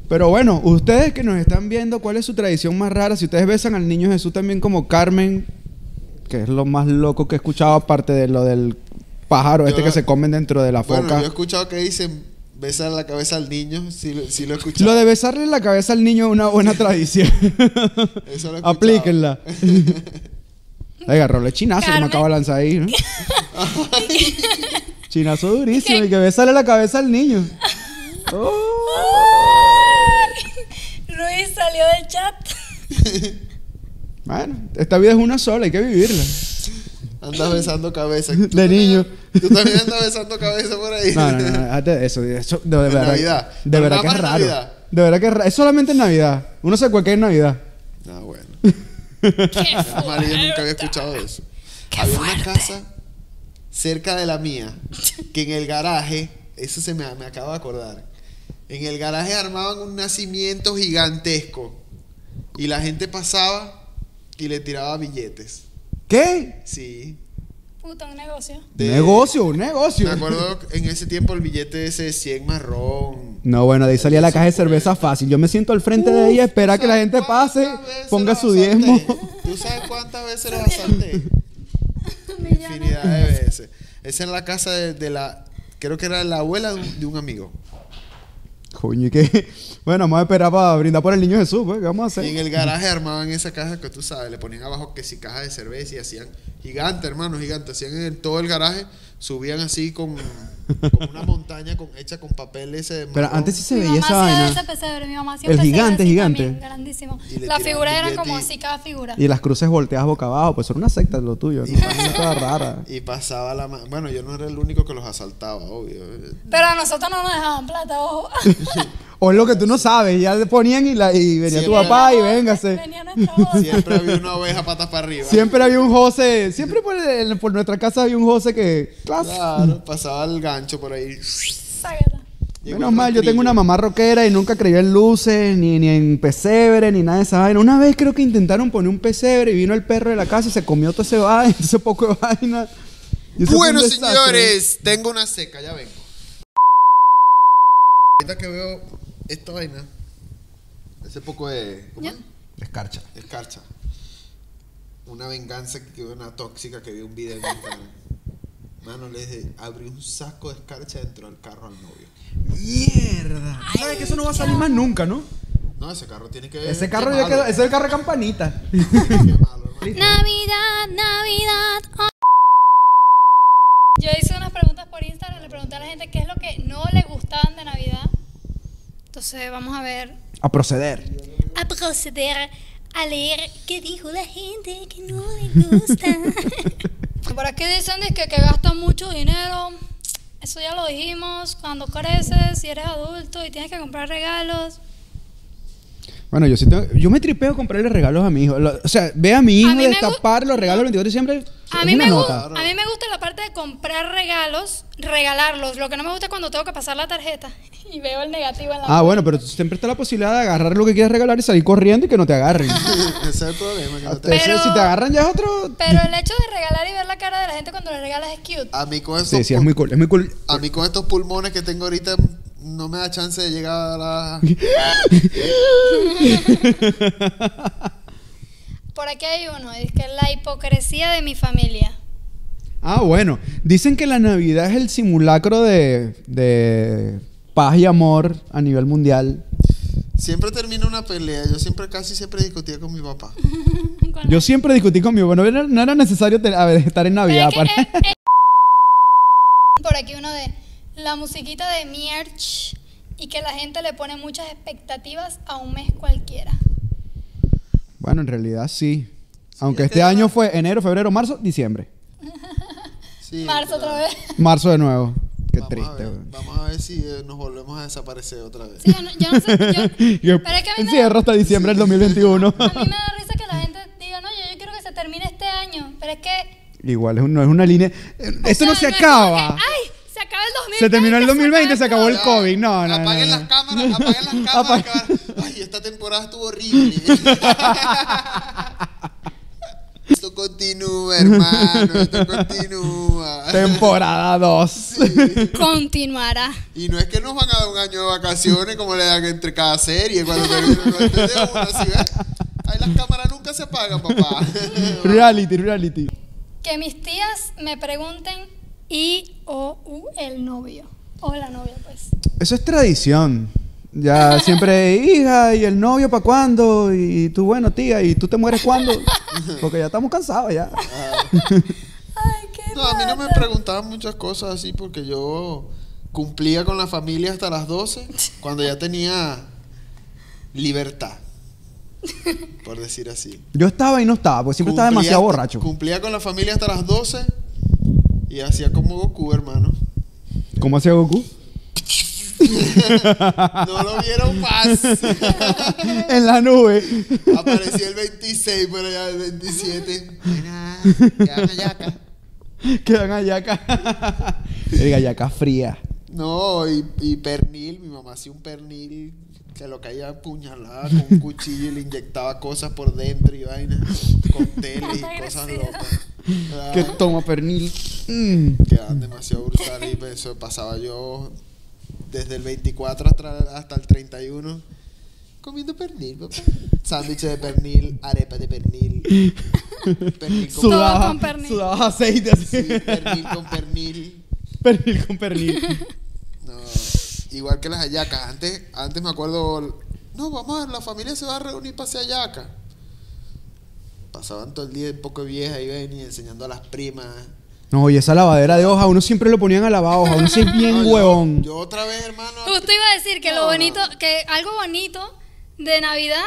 Pero bueno, ustedes que nos están viendo, ¿cuál es su tradición más rara? Si ustedes besan al niño Jesús también como Carmen, que es lo más loco que he escuchado, aparte de lo del pájaro este Yo- que se comen dentro de la Bueno, foca. yo he escuchado que dicen besar la cabeza al niño. Sí, lo- sí lo he escuchado. Lo de besarle la cabeza al niño es una buena *laughs* tradición. *laughs* Eso lo he escuchado. *laughs* Aplíquenla. Ay, agarróle chinazo que me Carmen. acaba de lanzar ahí, ¿no? chinazo durísimo y que besarle la cabeza al niño. Oh. *laughs* Luis salió del chat. *laughs* Bueno, esta vida es una sola, hay que vivirla. Andas besando cabeza. De Tú también- niño. Tú también andas besando cabeza por ahí. No, no, no, no, hazte de eso, de eso, de, de En verdad. Navidad. De Pero verdad nada que es más en raro. Navidad. De verdad que es raro. Es solamente en Navidad. Uno se cualquier en Navidad. *laughs* Ah, bueno. Qué Amari, yo nunca había fuerte. escuchado eso. había una casa cerca de la mía que en el garaje, eso se me, me acabo de acordar, en el garaje armaban un nacimiento gigantesco y la gente pasaba y le tiraba billetes. ¿Qué? Sí. Puto, un negocio. *laughs* De- Negocio, un negocio. Me acuerdo en ese tiempo el billete ese de 100 marrón. No, bueno, de ahí salía la caja de cerveza fácil. Yo me siento al frente de ella, espera que la gente pase, ¿Cuántas veces ponga lo su asalté? diezmo. ¿Tú sabes cuántas veces lo asalté? Infinidad de veces. Esa es la casa de, de la. Creo que era la abuela de un, de un amigo. Coño, ¿y qué? Bueno, vamos a esperar para brindar por el niño Jesús, pues. ¿Qué vamos a Y en hacer? el garaje armaban esa caja que tú sabes, le ponían abajo que si caja de cerveza y hacían gigante, hermano, gigante. Hacían en el- todo el garaje, subían así con, *laughs* con una montaña con, hecha con papel ese de Pero marrón. antes sí se Mi veía mamá esa hacía vaina. ese pesebre, mi mamá siempre hacía gigante, así gigante. también, grandísimo. Y le La tiraban figura era billete como y- así cada figura. Y las cruces volteadas boca abajo, pues era una secta lo tuyo. ¿no? Y- Una cosa rara. Y pasaba la ma- Bueno, yo no era el único que los asaltaba, obvio. Pero a nosotros no nos dejaban plata, ojo. O es lo que tú no sabes, ya le ponían y, la, y venía tu Siempre- papá y véngase. Venía nuestra voz. Siempre había una oveja patas para arriba. *laughs* Siempre había un José, siempre por, el- por nuestra casa había un José que... ¡clas! Claro, pasaba el gancho por ahí. Sácala. Llegó Menos el mal, yo tengo rastrillo. una mamá rockera y nunca creyó en luces, ni, ni en pesebre, ni nada de esa vaina. Una vez creo que intentaron poner un pesebre y vino el perro de la casa y se comió todo ese vaina, *laughs* ese poco de vaina. Y eso fue Bueno, un desastre. señores, tengo una seca, ya vengo. Ahorita que veo esta vaina, ese poco de. ¿Cómo es? Escarcha. Escarcha. Una venganza que veo una tóxica que vi un video en Instagram. Mano, le dije, abrí un saco de escarcha dentro del carro al novio. ¡Mierda! ¿Sabes que eso no va a salir más nunca, no? No, ese carro tiene que. Ese carro ya quemarlo. quedó, ese es el carro de campanita. Tiene que quemarlo, hermano. Navidad, Navidad. oh. Yo hice unas preguntas por Instagram, le pregunté a la gente qué es lo que no le gustaban de Navidad. Entonces vamos a ver. A proceder. A proceder a leer qué dijo la gente que no le *laughs* gusta. Por aquí dicen que, que gastan mucho dinero. Eso ya lo dijimos. Cuando creces, si eres adulto y tienes que comprar regalos. Bueno, yo sí tengo- yo me tripeo comprarle regalos a mi hijo. Lo- o sea, ve a mi hijo mí me gu- destapar los regalos el 22 de diciembre. A es mí, una me gu- nota. a mí me gusta la parte de comprar regalos, regalarlos. Lo que no me gusta es cuando tengo que pasar la tarjeta *laughs* y veo el negativo en la Ah, bueno, pero siempre está la posibilidad de agarrar lo que quieres regalar y salir corriendo y que no te *laughs* agarren. Ese es el problema. Que no Hasta te... eso, si te agarran ya es otro. *laughs* Pero el hecho de regalar y ver la cara de la gente cuando le regalas es cute. A mí con esos Sí, sí, es pul- muy cool. Es muy cool. A mí con estos pulmones que tengo ahorita no me da chance de llegar a... Por aquí hay uno, dice que la hipocresía de mi familia. Ah, bueno. Dicen que la Navidad es el simulacro de, de paz y amor a nivel mundial. Siempre termino una pelea. Yo siempre, casi siempre discutía con mi papá. Con Yo siempre discutí con mi abuelo. No era, no era necesario te- a ver, estar en Pero Navidad. es que para- es- es- Por aquí uno de la musiquita de Mierch y que la gente le pone muchas expectativas a un mes cualquiera. *laughs* Bueno, en realidad sí. Aunque es que este yo- año fue enero, febrero, marzo, diciembre. Sí, Marzo claro. otra vez. *laughs* Marzo de nuevo. Qué Vamos triste, a ver, weón. Vamos a ver si eh, nos volvemos a desaparecer otra vez. Sí, yo no, yo no sé. yo- *laughs* Yo pero es que a mí me da- encierro hasta diciembre *laughs* del 2021. A mí me da risa que la gente diga, no, yo, yo quiero que se termine este año. Pero es que. *laughs* Igual, es un- no es una línea. eh, Esto o no se sea, es como acaba. que, Ay, se acaba el 2020. Se terminó el 2020, se acabó el Ya, COVID. No, no, no. Apaguen no. las cámaras, *laughs* apaguen las cámaras. Apa- cabrón. Ay, esta temporada estuvo horrible. *laughs* Esto continúa, hermano. Esto ah. continúa. Temporada *laughs* 2. Continuará. Y no es que nos van a dar un año de vacaciones como le dan entre cada serie cuando terminan los de una, ¿sí ves? Ahí las cámaras nunca se apagan, papá. *laughs* *laughs* reality, reality. Que mis tías me pregunten y o u el novio. O la novia, pues. Eso es tradición. Ya *laughs* siempre, hija, ¿y el novio para cuándo? Y tú, bueno, tía, ¿y tú te mueres *laughs* cuándo? Porque ya estamos cansados ya. Ay, qué No, a mí no me preguntaban muchas cosas así porque yo cumplía con la familia hasta las 12 cuando ya tenía libertad, por decir así. Yo estaba y no estaba, porque siempre estaba Cumplía- demasiado borracho. Cumplía con la familia hasta las 12 y hacía como Goku, hermano. ¿Cómo hacía *laughs* Goku? *laughs* No lo *laughs* vieron más. en la nube. *laughs* Apareció el 26 por allá, el 27. Mira, yaca, yaca. Quedan ayaca. Diga, ayaca fría. No, y, y pernil, mi mamá hacía un pernil que lo caía a puñalada con un cuchillo y le inyectaba cosas por dentro y vainas, con tele y cosas agresiva. locas. Ah, Que toma pernil. Mm. que eran demasiado brutal y eso pasaba yo desde el 24 hasta, hasta el 31 comiendo pernil, papá. Sándwiches de pernil, arepa de pernil, pernil con, Su- Sudaba, con pernil. sudaba aceite así. sí, pernil con pernil. *laughs* Pernil con pernil. No, igual que las hallacas. Antes, antes me acuerdo, no, vamos a ver, la familia se va a reunir para hacer hallaca. Pasaban todo el día un poco vieja y ven y enseñando a las primas. No, y esa lavadera de hoja, uno siempre lo ponían a lavar hoja, uno sí *laughs* es bien No, yo- huevón. Yo, otra vez, hermano. Justo iba a decir que No, lo no. bonito, que algo bonito de Navidad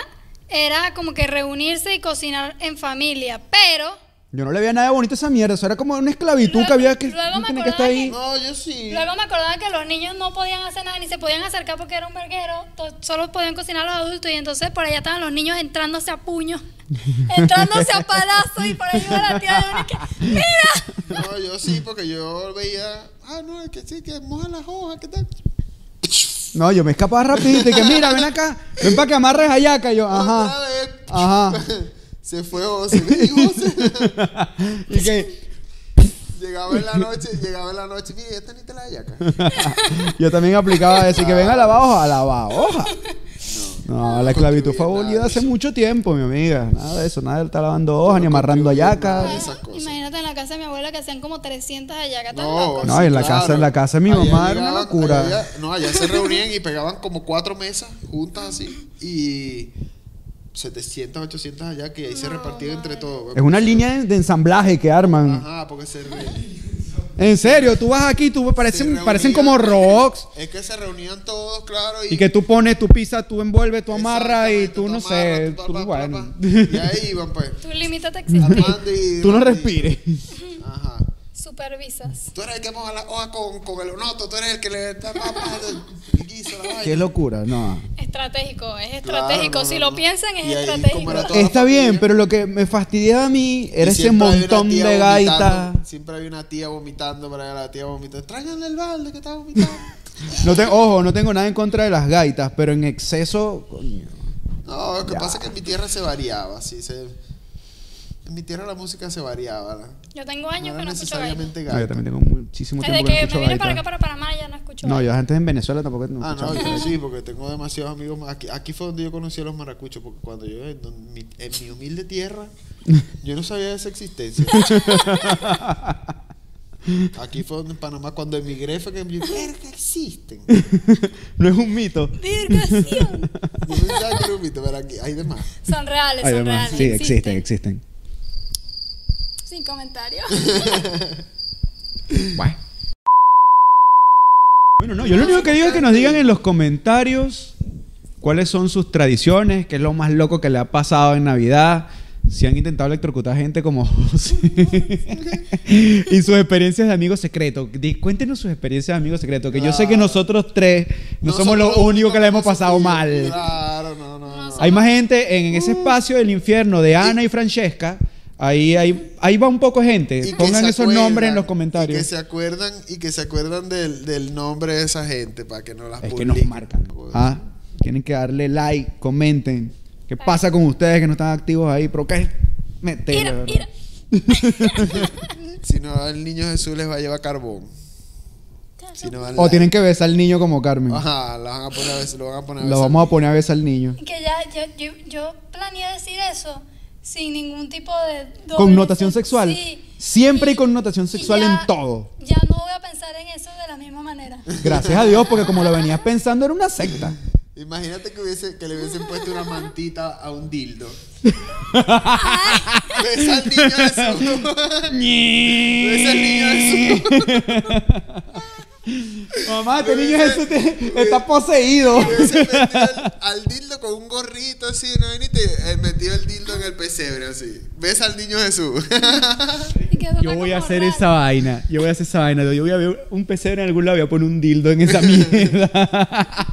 era como que reunirse y cocinar en familia. Pero Yo no le veía nada de bonito a esa mierda, eso era como una esclavitud Luego- que había que, luego me tenía que estar acordaba *laughs* ahí. No, yo sí. Luego me acordaba que los niños no podían hacer nada, ni se podían acercar porque era un verguero, to- solo podían cocinar los adultos y entonces por allá estaban los niños entrándose a *laughs* puño, entrándose a palazo y por ahí iba la tía de uno y que, ¡mira! No, yo sí, porque yo veía, ah, no, es que sí, que moja las hojas, ¿qué tal? No, yo me escapaba rapidito y que mira, ven acá, ven para que amarres allá, que yo, Otra ajá. vez. Ajá. *laughs* se fue José, vení, José. *laughs* *laughs* Y que llegaba en la noche, llegaba en la noche, mira, esta ni te la hallaca. *laughs* yo también aplicaba eso, y que ven a lavar hoja, a lavar hoja. No, la esclavitud fue Contribuye, abolida nada hace de eso. mucho tiempo, mi amiga. Nada de eso, nada de estar lavando hojas, ni amarrando contribuye hallacas. nada de Esas cosas. Imagínate en la casa de mi abuela que hacían como 300 allá, No, No, en la casa- en la casa de mi mamá era una llegaban- locura. allá- no, allá se reunían y pegaban como cuatro mesas juntas así y 700, 800 allá que ahí se repartían entre todos. Es una línea de- de ensamblaje que arman. Ajá, porque se re- En serio, tú vas aquí, tú parecen, Se parecen como reunían- robots. Es que se reunían todos, claro. Y, Y que tú pones, tú pisas, tú envuelves, tú amarras y Exactamente, tú no amarras, sé. pa, Tú, pa, pa, bueno. pa. Y ahí iban, pues. Tú limítate a existir. armando *laughs* y- Tú no y- respires. Ajá. Supervisas. Tú eres el que moja la hoja con, con el onoto, tú eres el que le está tapando el guiso, la Qué vaina. locura, no. Estratégico, es Claro, estratégico. no, si no, lo no. piensan, es Y ahí, estratégico. como era todo- Toda la Está familia. bien, pero lo que me fastidiaba a mí era Y ese siempre hay una montón tía de vomitando, gaitas. Siempre hay una tía vomitando, para la tía vomitando. Tráiganle el balde que está vomitando. No te- ojo, no tengo nada en contra de las gaitas, pero en exceso, coño. No, *laughs* lo que pasa es que en mi tierra se variaba, sí. Se... En mi tierra la música se variaba. ¿no? Yo tengo años No que era no escucho gaita. necesariamente No, yo gaita. también tengo muchísimo Desde tiempo que me escucho vine para gaita. acá, para Panamá, ya no escucho No, gaita. yo antes en Venezuela tampoco no Ah, no, escuchaba. yo sí, porque tengo demasiados amigos. más. Aquí, aquí fue donde yo conocí a los maracuchos, porque cuando yo, en, don- mi, en mi *laughs* humilde tierra, yo no sabía de esa existencia. Aquí fue donde en Panamá, cuando emigré, fue que me dije, "Verga, existen. no es un mito. Virgación. Yo pensaba que era un mito, pero aquí hay demás. Son reales, Ay, son además, reales. sí, existen, existen. Sin comentarios. Bueno, no, yo lo único que digo es que nos digan en los comentarios cuáles son sus tradiciones, qué es lo más loco que le ha pasado en Navidad, si han intentado electrocutar gente como *laughs* José y sus experiencias de amigos secretos. Di- Cuéntenos sus experiencias de amigos secretos, que yo sé que Ah. nosotros tres no, somos los únicos que le hemos pasado sufrido. mal. Claro, Uh. no, no. no. Hay más gente en ese espacio del infierno de Ana y Francesca. Ahí, ahí, ahí va un poco de gente. Y que Pongan se esos acuerdan, nombres en los Y que comentarios. se acuerdan, y que se acuerdan del, del nombre de esa gente para que no las Es que nos publiquen. pues. marcan. Ah, tienen que darle like, comenten. ¿Qué pasa con ustedes que no están activos ahí? ¿Pero qué? Meter, Ira, ¿verdad? ira. Si no, el niño Jesús les va a llevar carbón. Si no dan O like. tienen que besar al niño como Carmen. Ajá, lo van a poner a veces, lo van a poner a Lo veces. vamos a poner a besar al niño. Que ya, yo, yo, yo planeé decir eso sin ningún tipo de... doble Connotación sen- sexual. Sí. Siempre hay Y- connotación sexual y ya- en todo. Ya no voy a pensar en eso de la misma manera. Gracias a Dios, porque como lo venías pensando, era una secta. Imagínate que, hubiese, que le hubiesen puesto una mantita a un *laughs* dildo. Ves al niño Jesús. *laughs* Ves al niño Jesús. *laughs* Mamá, este niño Jesús te- está *laughs* poseído. Hubiese metido al, al dildo con un gorrito así, ¿no? Y te, eh, metido el dildo en el pesebre así. Ves al niño Jesús. *laughs* *laughs* Y que eso Yo está voy a como hacer raro. esa vaina. Yo voy a hacer esa vaina. Yo voy a ver un pesebre en algún lado y voy a poner un dildo en esa mierda.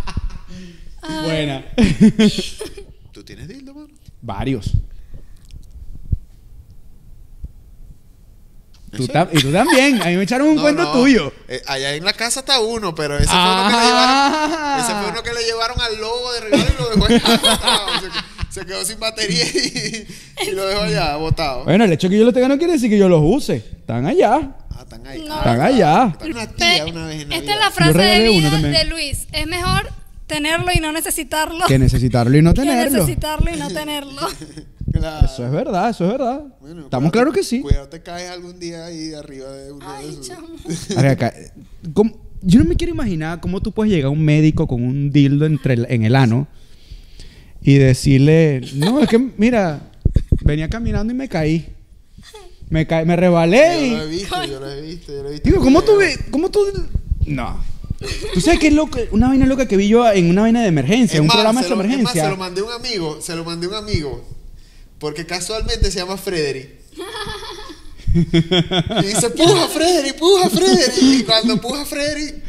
Buena. ¿Tú tienes dildo, mano? Varios. Tú tam- y tú también. A mí me echaron un No, cuento no. tuyo. Eh, allá en la casa está uno, pero ese, Ah. fue, uno que le llevaron, ese fue uno que le llevaron al lobo de regalo y lo dejó allá. botado. se, que- se quedó sin batería y, y lo dejó allá, botado. Bueno, el hecho de que yo los tenga no quiere decir que yo los use. Están allá. Ah, están ahí. No. Ah, Están allá. está una tía Pe- una vez en Esta es Navidad. la *laughs* frase de regalé uno vida también. de Luis. Es mejor tenerlo y no necesitarlo. Que necesitarlo y no *laughs* que tenerlo. necesitarlo y no *laughs* tenerlo. Claro. Eso es verdad, eso es verdad. Bueno, Estamos claro cuidado te- que sí. Cuidado te caes algún día ahí arriba de uno de Ay, esos. chamo. Ven acá, ¿cómo- Yo no me quiero imaginar cómo tú puedes llegar a un médico con un dildo entre el- en el ano y decirle, no, es que mira, venía caminando y me caí. Me, ca- me rebalé Yo lo he y... visto, yo lo he visto, yo lo he visto. Digo, ¿cómo tú, ve- ¿cómo tú...? No. ¿Tú sabes qué es loco? Una vaina loca que vi yo en una vaina de emergencia, Es un más, programa se de lo- es más, se emergencia. lo mandé a un amigo, se lo mandé a un amigo. Porque casualmente se llama Frederick. Y *laughs* dice, puja Frederick, puja Frederick. Y cuando puja Frederick,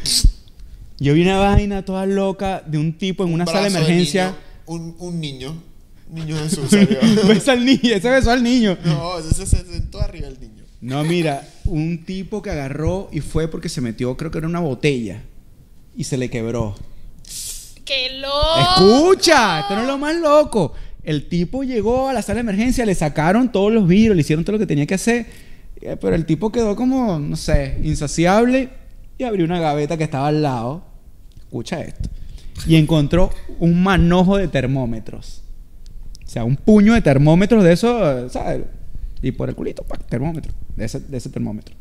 Yo vi una vaina toda loca de un tipo en una sala de brazo emergencia. niño, un, un niño, un niño *laughs* Jesús salió. Besa al niño, ese besó al niño. No, ese se sentó arriba el niño. No, mira, un tipo que agarró y fue porque se metió, creo que era una botella. Y se le quebró. ¡Qué loco! Escucha, esto no es lo más loco. El tipo llegó a la sala de emergencia, le sacaron todos los virus, le hicieron todo lo que tenía que hacer. eh, Pero el tipo quedó como, no sé, insaciable y abrió una gaveta que estaba al lado. Escucha esto. Y encontró un manojo de termómetros. O sea, un puño de termómetros de esos, ¿sabes? Y por el culito, ¡pac! termómetro. De ese, de ese termómetro.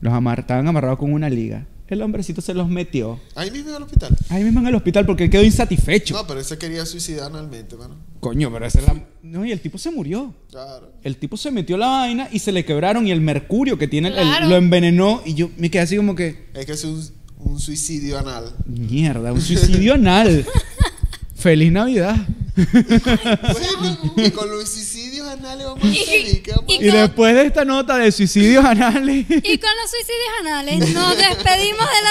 Los amar estaban amarrados con una liga. el hombrecito se los metió. Ahí mismo en el hospital. Ahí mismo en el hospital porque él quedó insatisfecho. No, pero él se quería suicidar realmente, mano. Coño, pero esa es la... No, y el tipo se murió. Claro. El tipo se metió la vaina y se le quebraron y el mercurio que tiene el- el- Claro. lo envenenó y yo me quedé así como que, Es que es un, un suicidio anal. mierda, un suicidio *laughs* anal. Feliz Navidad. Pues, Bueno, *laughs* pues, y con los suicidios anales vamos a hacer y, qué vamos a y- Y hacer? después de esta nota de suicidios *laughs* anales... Y con los suicidios anales nos despedimos de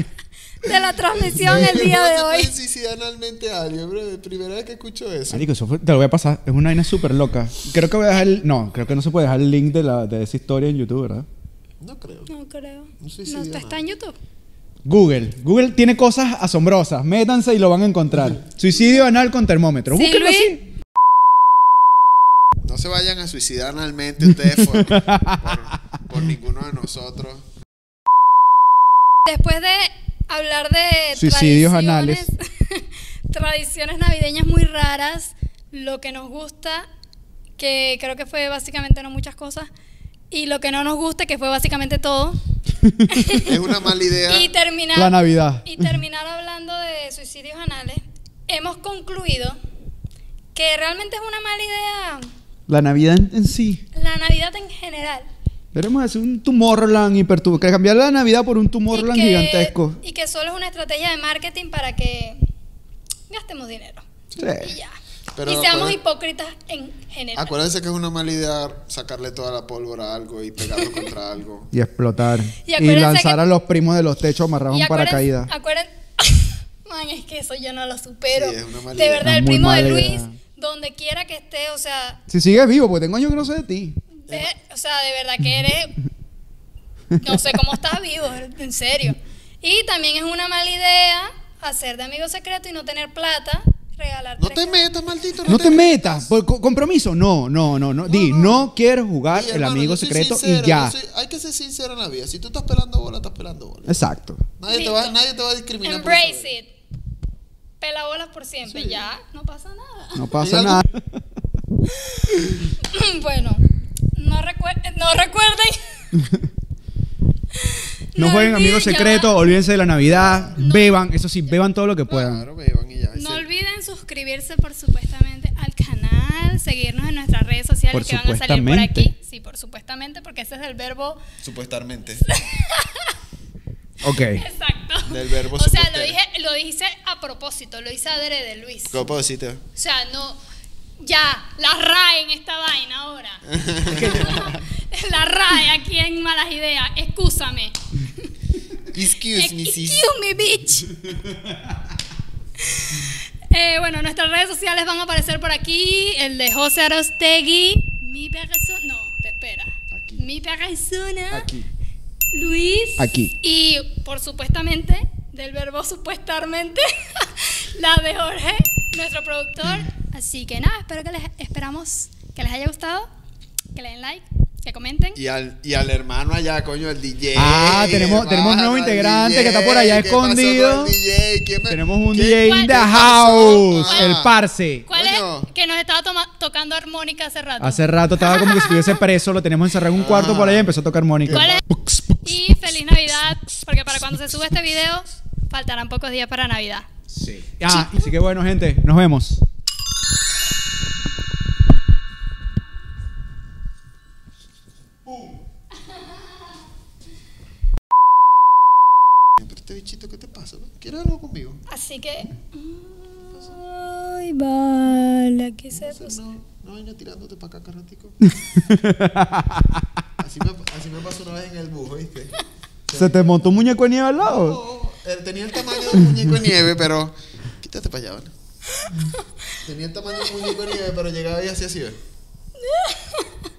la, *laughs* tra- de la transmisión el día ¿Cómo de se hoy. puede suicidar analmente a alguien, bro? Primera vez que escucho eso. Marico, eso fue- te lo voy a pasar. Es una vaina súper loca. Creo que voy a dejar el... No, creo que no se puede dejar el link de, la, de esa historia en YouTube, ¿verdad? No creo. No creo. No Un suicidio está, anal. está en YouTube. Google. Google tiene cosas asombrosas. Métanse y lo van a encontrar. Suicidio anal con termómetro. Sí, Búsquenlo Luis. así. No se vayan a suicidar analmente ustedes por, por- por ninguno de nosotros. Después de hablar de Suicidios tradiciones- anales. *laughs* tradiciones navideñas muy raras, lo que nos gusta, que creo que fue básicamente no muchas cosas, y lo que no nos gusta, que fue básicamente todo, Es una mala idea. y terminar La Navidad. y terminar hablando de suicidios anales, hemos concluido que realmente es una mala idea La Navidad en, en sí. la Navidad en general. Queremos hacer un Tomorrowland hipertu... que Cambiar la Navidad por un Tomorrowland y que- gigantesco. Y que solo es una estrategia de marketing para que gastemos dinero. Y Sí. ya. Pero y seamos acuérdense- hipócritas en general. Acuérdense que es una mala idea sacarle toda la pólvora a algo y pegarlo contra algo. Y explotar. Y Y, acuérdense lanzar que- a los primos de los techos amarrados Y en acuérden- paracaídas. acuérden- *laughs* Man, es que eso yo no lo supero. Sí, es una mala de idea. verdad, Es el muy primo de mala Luis, idea. donde quiera que esté, o sea, Si sigues vivo, pues tengo años que no sé de ti. de, o sea, de verdad que eres. *laughs* No sé cómo estás vivo, en serio. Y también es una mala idea hacer de amigo secreto y no tener plata, regalar No tres te metas, maldito. No te metas. ¿Por co- compromiso? No, no, no, no. Di, no. no, quiero jugar Sí, el hermano, amigo yo soy secreto sincero, y ya. yo soy- hay que ser sincero en la vida. Si tú estás pelando bola, estás pelando bola. Exacto. Nadie te, Listo. va, nadie te va a discriminar. por eso. Embrace it. Pelabolas por siempre. Ya, no pasa nada. *clears throat* No Y pasa algo- nada. bueno, no, recuer- no *laughs* recuerden. No jueguen olviden amigos llamar- secretos, olvídense de la Navidad, beban, eso sí, beban todo lo que puedan. Claro, beban y ya. No Sí. olviden suscribirse, por supuestamente, al canal, seguirnos en nuestras redes sociales Por que van a salir por aquí. supuestamente. Sí, por supuestamente, porque ese es el verbo *laughs* Supuestamente. *laughs* Ok. exacto. Del *laughs* verbo O sea, lo supuestero. dije, lo hice a propósito, lo hice adrede, Luis. ¿Cómo puedo decirte? O sea, no. Ya, la RAE en esta vaina ahora. la RAE aquí en Malas Ideas. Excúsame. *laughs* Excuse me, sis. Excuse me, bitch. Eh, bueno, nuestras redes sociales van a aparecer por aquí. El de José Arostegui. Mi persona. No, te espera. Aquí. Mi persona. Luis. Aquí. Y por supuestamente, del verbo supuestamente, *laughs* la de Jorge, nuestro productor. Así que nada, espero que les esperamos que les haya gustado, que le den like, que comenten. Y al, y al hermano allá, coño, el DJ. Ah, tenemos- tenemos hermano, nuevo al integrante que está por allá ¿Qué pasó con el escondido? DJ? ¿Quién me- Tenemos un ¿Qué- DJ in the ¿Cuál? house, Ah. el parce. ¿Cuál coño. es? Que nos estaba toma- tocando armónica hace rato. Hace rato estaba como que estuviese preso, lo teníamos encerrado en un cuarto por allá y empezó a tocar Mónica. ¿Cuál es? Y feliz Navidad, porque para cuando se sube este video, faltarán pocos días para Navidad. Sí. Ah, así que bueno, gente, nos vemos. Pero este bichito, ¿qué te pasa? no? ¿Quieres algo conmigo? Así que. Ay, vale, aquí se pues. puso. No, no venga tirándote para acá, *laughs* carratico. así, me, así me pasó una vez en el bus, ¿viste? ¿Se te montó un muñeco de nieve al lado? No, él Eh, tenía el tamaño de un muñeco de nieve, pero. Quítate para allá, ¿vale? Tenía el tamaño de un muñeco de nieve, pero llegaba y hacía así, ¿ves?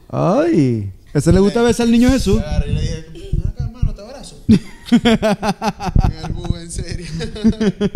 Ay, ese le gusta besar al niño Jesús. Agarré y le *laughs* dije, "Ven acá, hermano, te abrazo. en el bus, en serio.